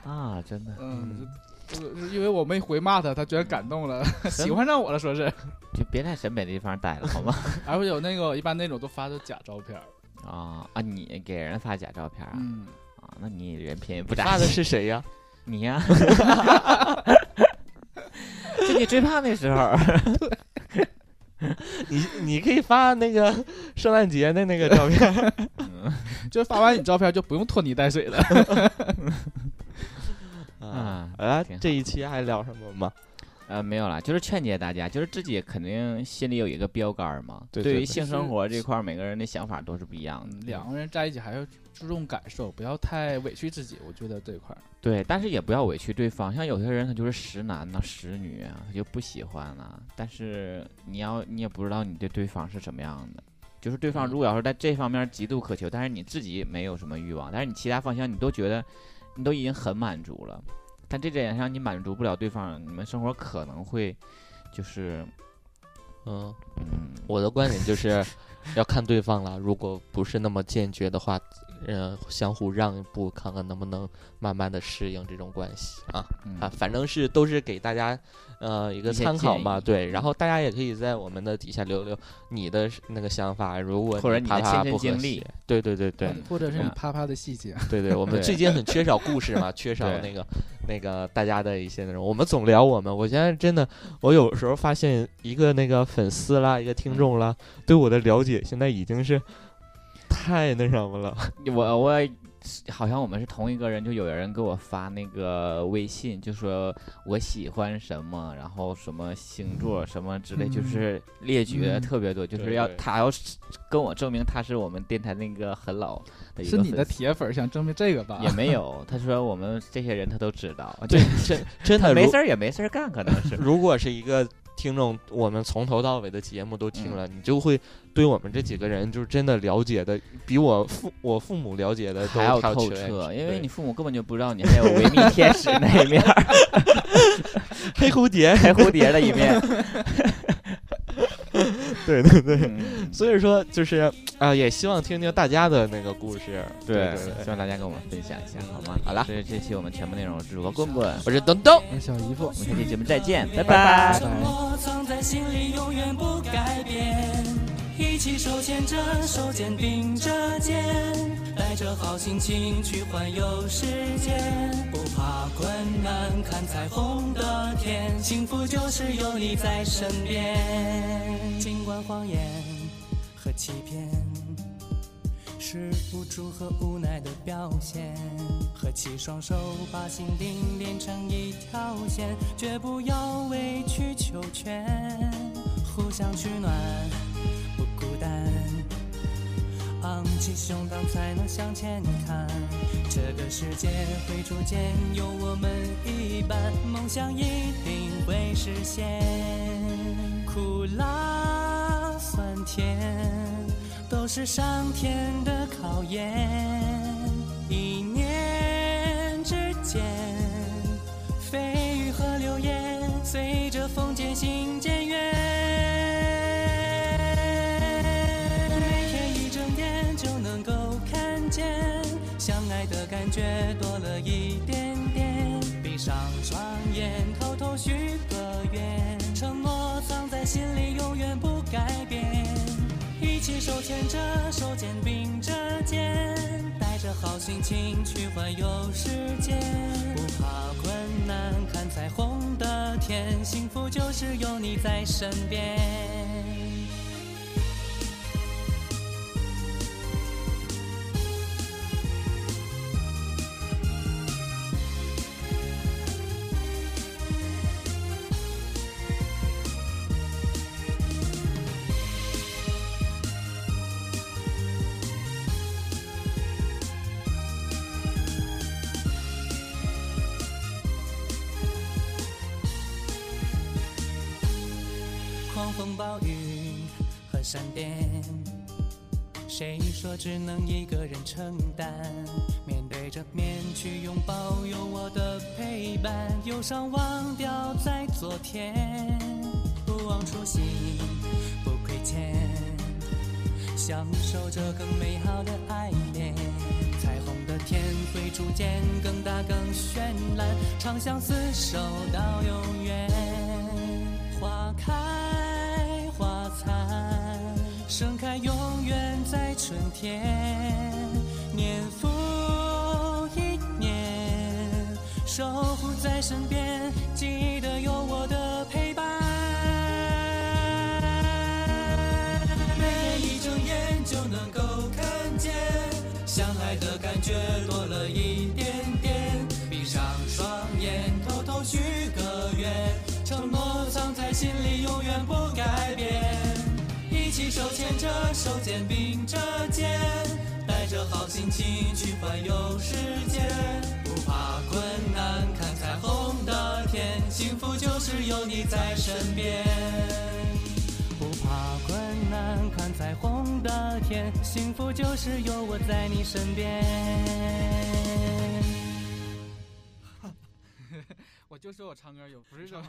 [SPEAKER 2] 啊，真的
[SPEAKER 4] 嗯，就就因为我没回骂他，他居然感动了，喜欢上我了，说是。
[SPEAKER 2] 就别在审美的地方待了好吗？
[SPEAKER 4] 而且有那个一般那种都发的假照片儿，
[SPEAKER 2] 啊啊，你给人发假照片啊？
[SPEAKER 4] 嗯，
[SPEAKER 2] 啊，那你人品也不咋
[SPEAKER 3] 发的
[SPEAKER 2] 地。
[SPEAKER 3] 是谁呀？
[SPEAKER 2] 你呀， 就你最胖那时候，
[SPEAKER 3] 你你可以发那个 圣诞节的那个照片。啊
[SPEAKER 4] 就发完你照片就不用拖泥带水 了。
[SPEAKER 2] 啊
[SPEAKER 3] 啊
[SPEAKER 2] 挺好，
[SPEAKER 3] 这一期还聊什么吗？
[SPEAKER 2] 呃，没有啦，就是劝诫大家，就是自己肯定心里有一个标杆儿嘛。
[SPEAKER 3] 对
[SPEAKER 2] 于
[SPEAKER 3] 对
[SPEAKER 2] 性
[SPEAKER 4] 是
[SPEAKER 2] 生活这块儿，每个人的想法都是不一样的。
[SPEAKER 4] 嗯两个人在一起还是注重感受，不要太委屈自己。我觉得这一块儿，
[SPEAKER 2] 对，但是也不要委屈对方。像有些人他就是十男呐、十女啊，他就不喜欢啊。但是你要你也不知道你对对方是什么样的，就是对方
[SPEAKER 3] 嗯
[SPEAKER 2] 如果要是在这方面极度渴求，但是你自己没有什么欲望，但是你其他方向你都觉得你都已经很满足了，但这点上你满足不了对方，你们生活可能会就是
[SPEAKER 3] 嗯，
[SPEAKER 2] 嗯
[SPEAKER 3] 我的观点就是要看对方了。如果不是那么坚决的话，呃，相互让一步，看看能不能慢慢的适应这种关系啊
[SPEAKER 2] 嗯
[SPEAKER 3] 啊，反正是都是给大家呃一个
[SPEAKER 2] 一些
[SPEAKER 3] 参考
[SPEAKER 2] 建
[SPEAKER 3] 嘛。
[SPEAKER 2] 议
[SPEAKER 3] 对，然后大家也可以在我们的底下留留你的那个想法，如果
[SPEAKER 2] 或者你的
[SPEAKER 3] 啪啪
[SPEAKER 2] 亲身
[SPEAKER 3] 不和
[SPEAKER 2] 经历
[SPEAKER 3] 谐，对对对对
[SPEAKER 2] 嗯
[SPEAKER 4] 或者是你
[SPEAKER 2] 嗯
[SPEAKER 4] 啪啪的细 节，
[SPEAKER 3] 对对，我们
[SPEAKER 2] 对
[SPEAKER 3] 最近很缺少故 事嘛，缺少
[SPEAKER 2] 对
[SPEAKER 3] 那个那个大家的一些那种，我们总聊我们。我现在真的，我有时候发现一个那个粉丝啦，一个听众啦，
[SPEAKER 2] 嗯
[SPEAKER 3] 对我的了解现在已经是太那什 么了。
[SPEAKER 2] 我我好像我们是同一个人，就有人给我发那个微信，就说我喜欢什么，然后什么星座什么之类，
[SPEAKER 4] 嗯
[SPEAKER 2] 就是列举的
[SPEAKER 4] 嗯
[SPEAKER 2] 特别多，就
[SPEAKER 3] 对
[SPEAKER 2] 是要
[SPEAKER 3] 对
[SPEAKER 2] 他要是跟我证明他是我们电台那个很老的一
[SPEAKER 4] 是
[SPEAKER 2] 个
[SPEAKER 4] 你的啊
[SPEAKER 2] 粉丝。啊
[SPEAKER 4] 铁粉想证明这个吧？
[SPEAKER 2] 也没有，他说我们这些人他都知道，
[SPEAKER 3] 对，真真的
[SPEAKER 2] 他没
[SPEAKER 3] 如
[SPEAKER 2] 事儿也没事儿干，可能 是
[SPEAKER 3] 如果是一个听众，我们从头到尾的节目都听了，
[SPEAKER 2] 嗯
[SPEAKER 3] 你就会对我们这几个人就是真的了解的，比我 父我父母了解的呃都
[SPEAKER 2] 还要
[SPEAKER 3] 要
[SPEAKER 2] 透
[SPEAKER 3] 全
[SPEAKER 2] 彻，因为
[SPEAKER 3] 对
[SPEAKER 2] 你父母根本就不知道你还有维密天使那一面儿，
[SPEAKER 3] 黑蝴蝶。
[SPEAKER 2] 还蝴蝶的一面，
[SPEAKER 3] 对对对。
[SPEAKER 2] 嗯
[SPEAKER 3] 所以说就是啊、也希望听听大家的那个故事。
[SPEAKER 2] 对，
[SPEAKER 3] 对
[SPEAKER 2] 希望大家跟我们分享一下，好吗？
[SPEAKER 3] 好了
[SPEAKER 2] 这是这期我们全部内容，我是主播棍棍，
[SPEAKER 3] 我是东东。
[SPEAKER 4] 我嗯是小姨夫
[SPEAKER 2] 我，们下期节目再见，拜
[SPEAKER 4] 拜
[SPEAKER 2] 拜
[SPEAKER 4] 拜。
[SPEAKER 5] 我藏在心里，永远不改变。一起手牵着手，肩并着肩，带着好心情去环游世界，不怕困难，看彩虹的天，幸福就是有你在身边。尽管谎言和欺骗。是无助和无奈的表现。合起双手，把心灵连成一条线，绝不要委曲求全，互相取暖，不孤单。昂起胸膛才能向前看。这个世界会逐渐有我们一半，梦想一定会实现。苦辣酸甜都是上天的考验，一念之间，蜚语和流言随着风渐行渐远。每天一睁眼就能够看见，相爱的感觉多了一点点。闭上双眼，偷偷许个愿，承诺藏在心里，永远不改变。一起手牵着手，肩并着肩，带着好心情去环游世界，不怕困难，看彩虹的天，幸福就是有你在身边。狂风暴雨和闪电，谁说只能一个人承担？面对着面去拥抱有我的陪伴，忧伤忘掉在昨天，不忘初心，不亏欠，享受着更美好的爱恋。彩虹的天会逐渐更大更绚烂，长相厮守到永远。花开花残，盛开永远在春天。年复一年，守护在身边，记得有我的陪伴。每天一睁眼就能够看见，相爱的感觉多了一点点。闭上双眼，偷偷许个愿，承诺藏在心里，永远不改变。一起手牵着手，肩并着肩，带着好心情去环游世界，不怕困难，看彩虹的天，幸福就是有你在身边。不怕困难，看彩虹的天，幸福就是有我在你身边。
[SPEAKER 4] 我就说我唱歌有不 是这么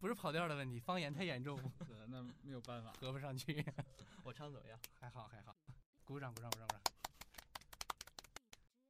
[SPEAKER 5] 不是跑调的问题，方言太严 重，
[SPEAKER 4] 的，那没有办法。
[SPEAKER 5] 合不上去。我唱怎么样？还好，还好。鼓掌，鼓掌，鼓掌，鼓掌。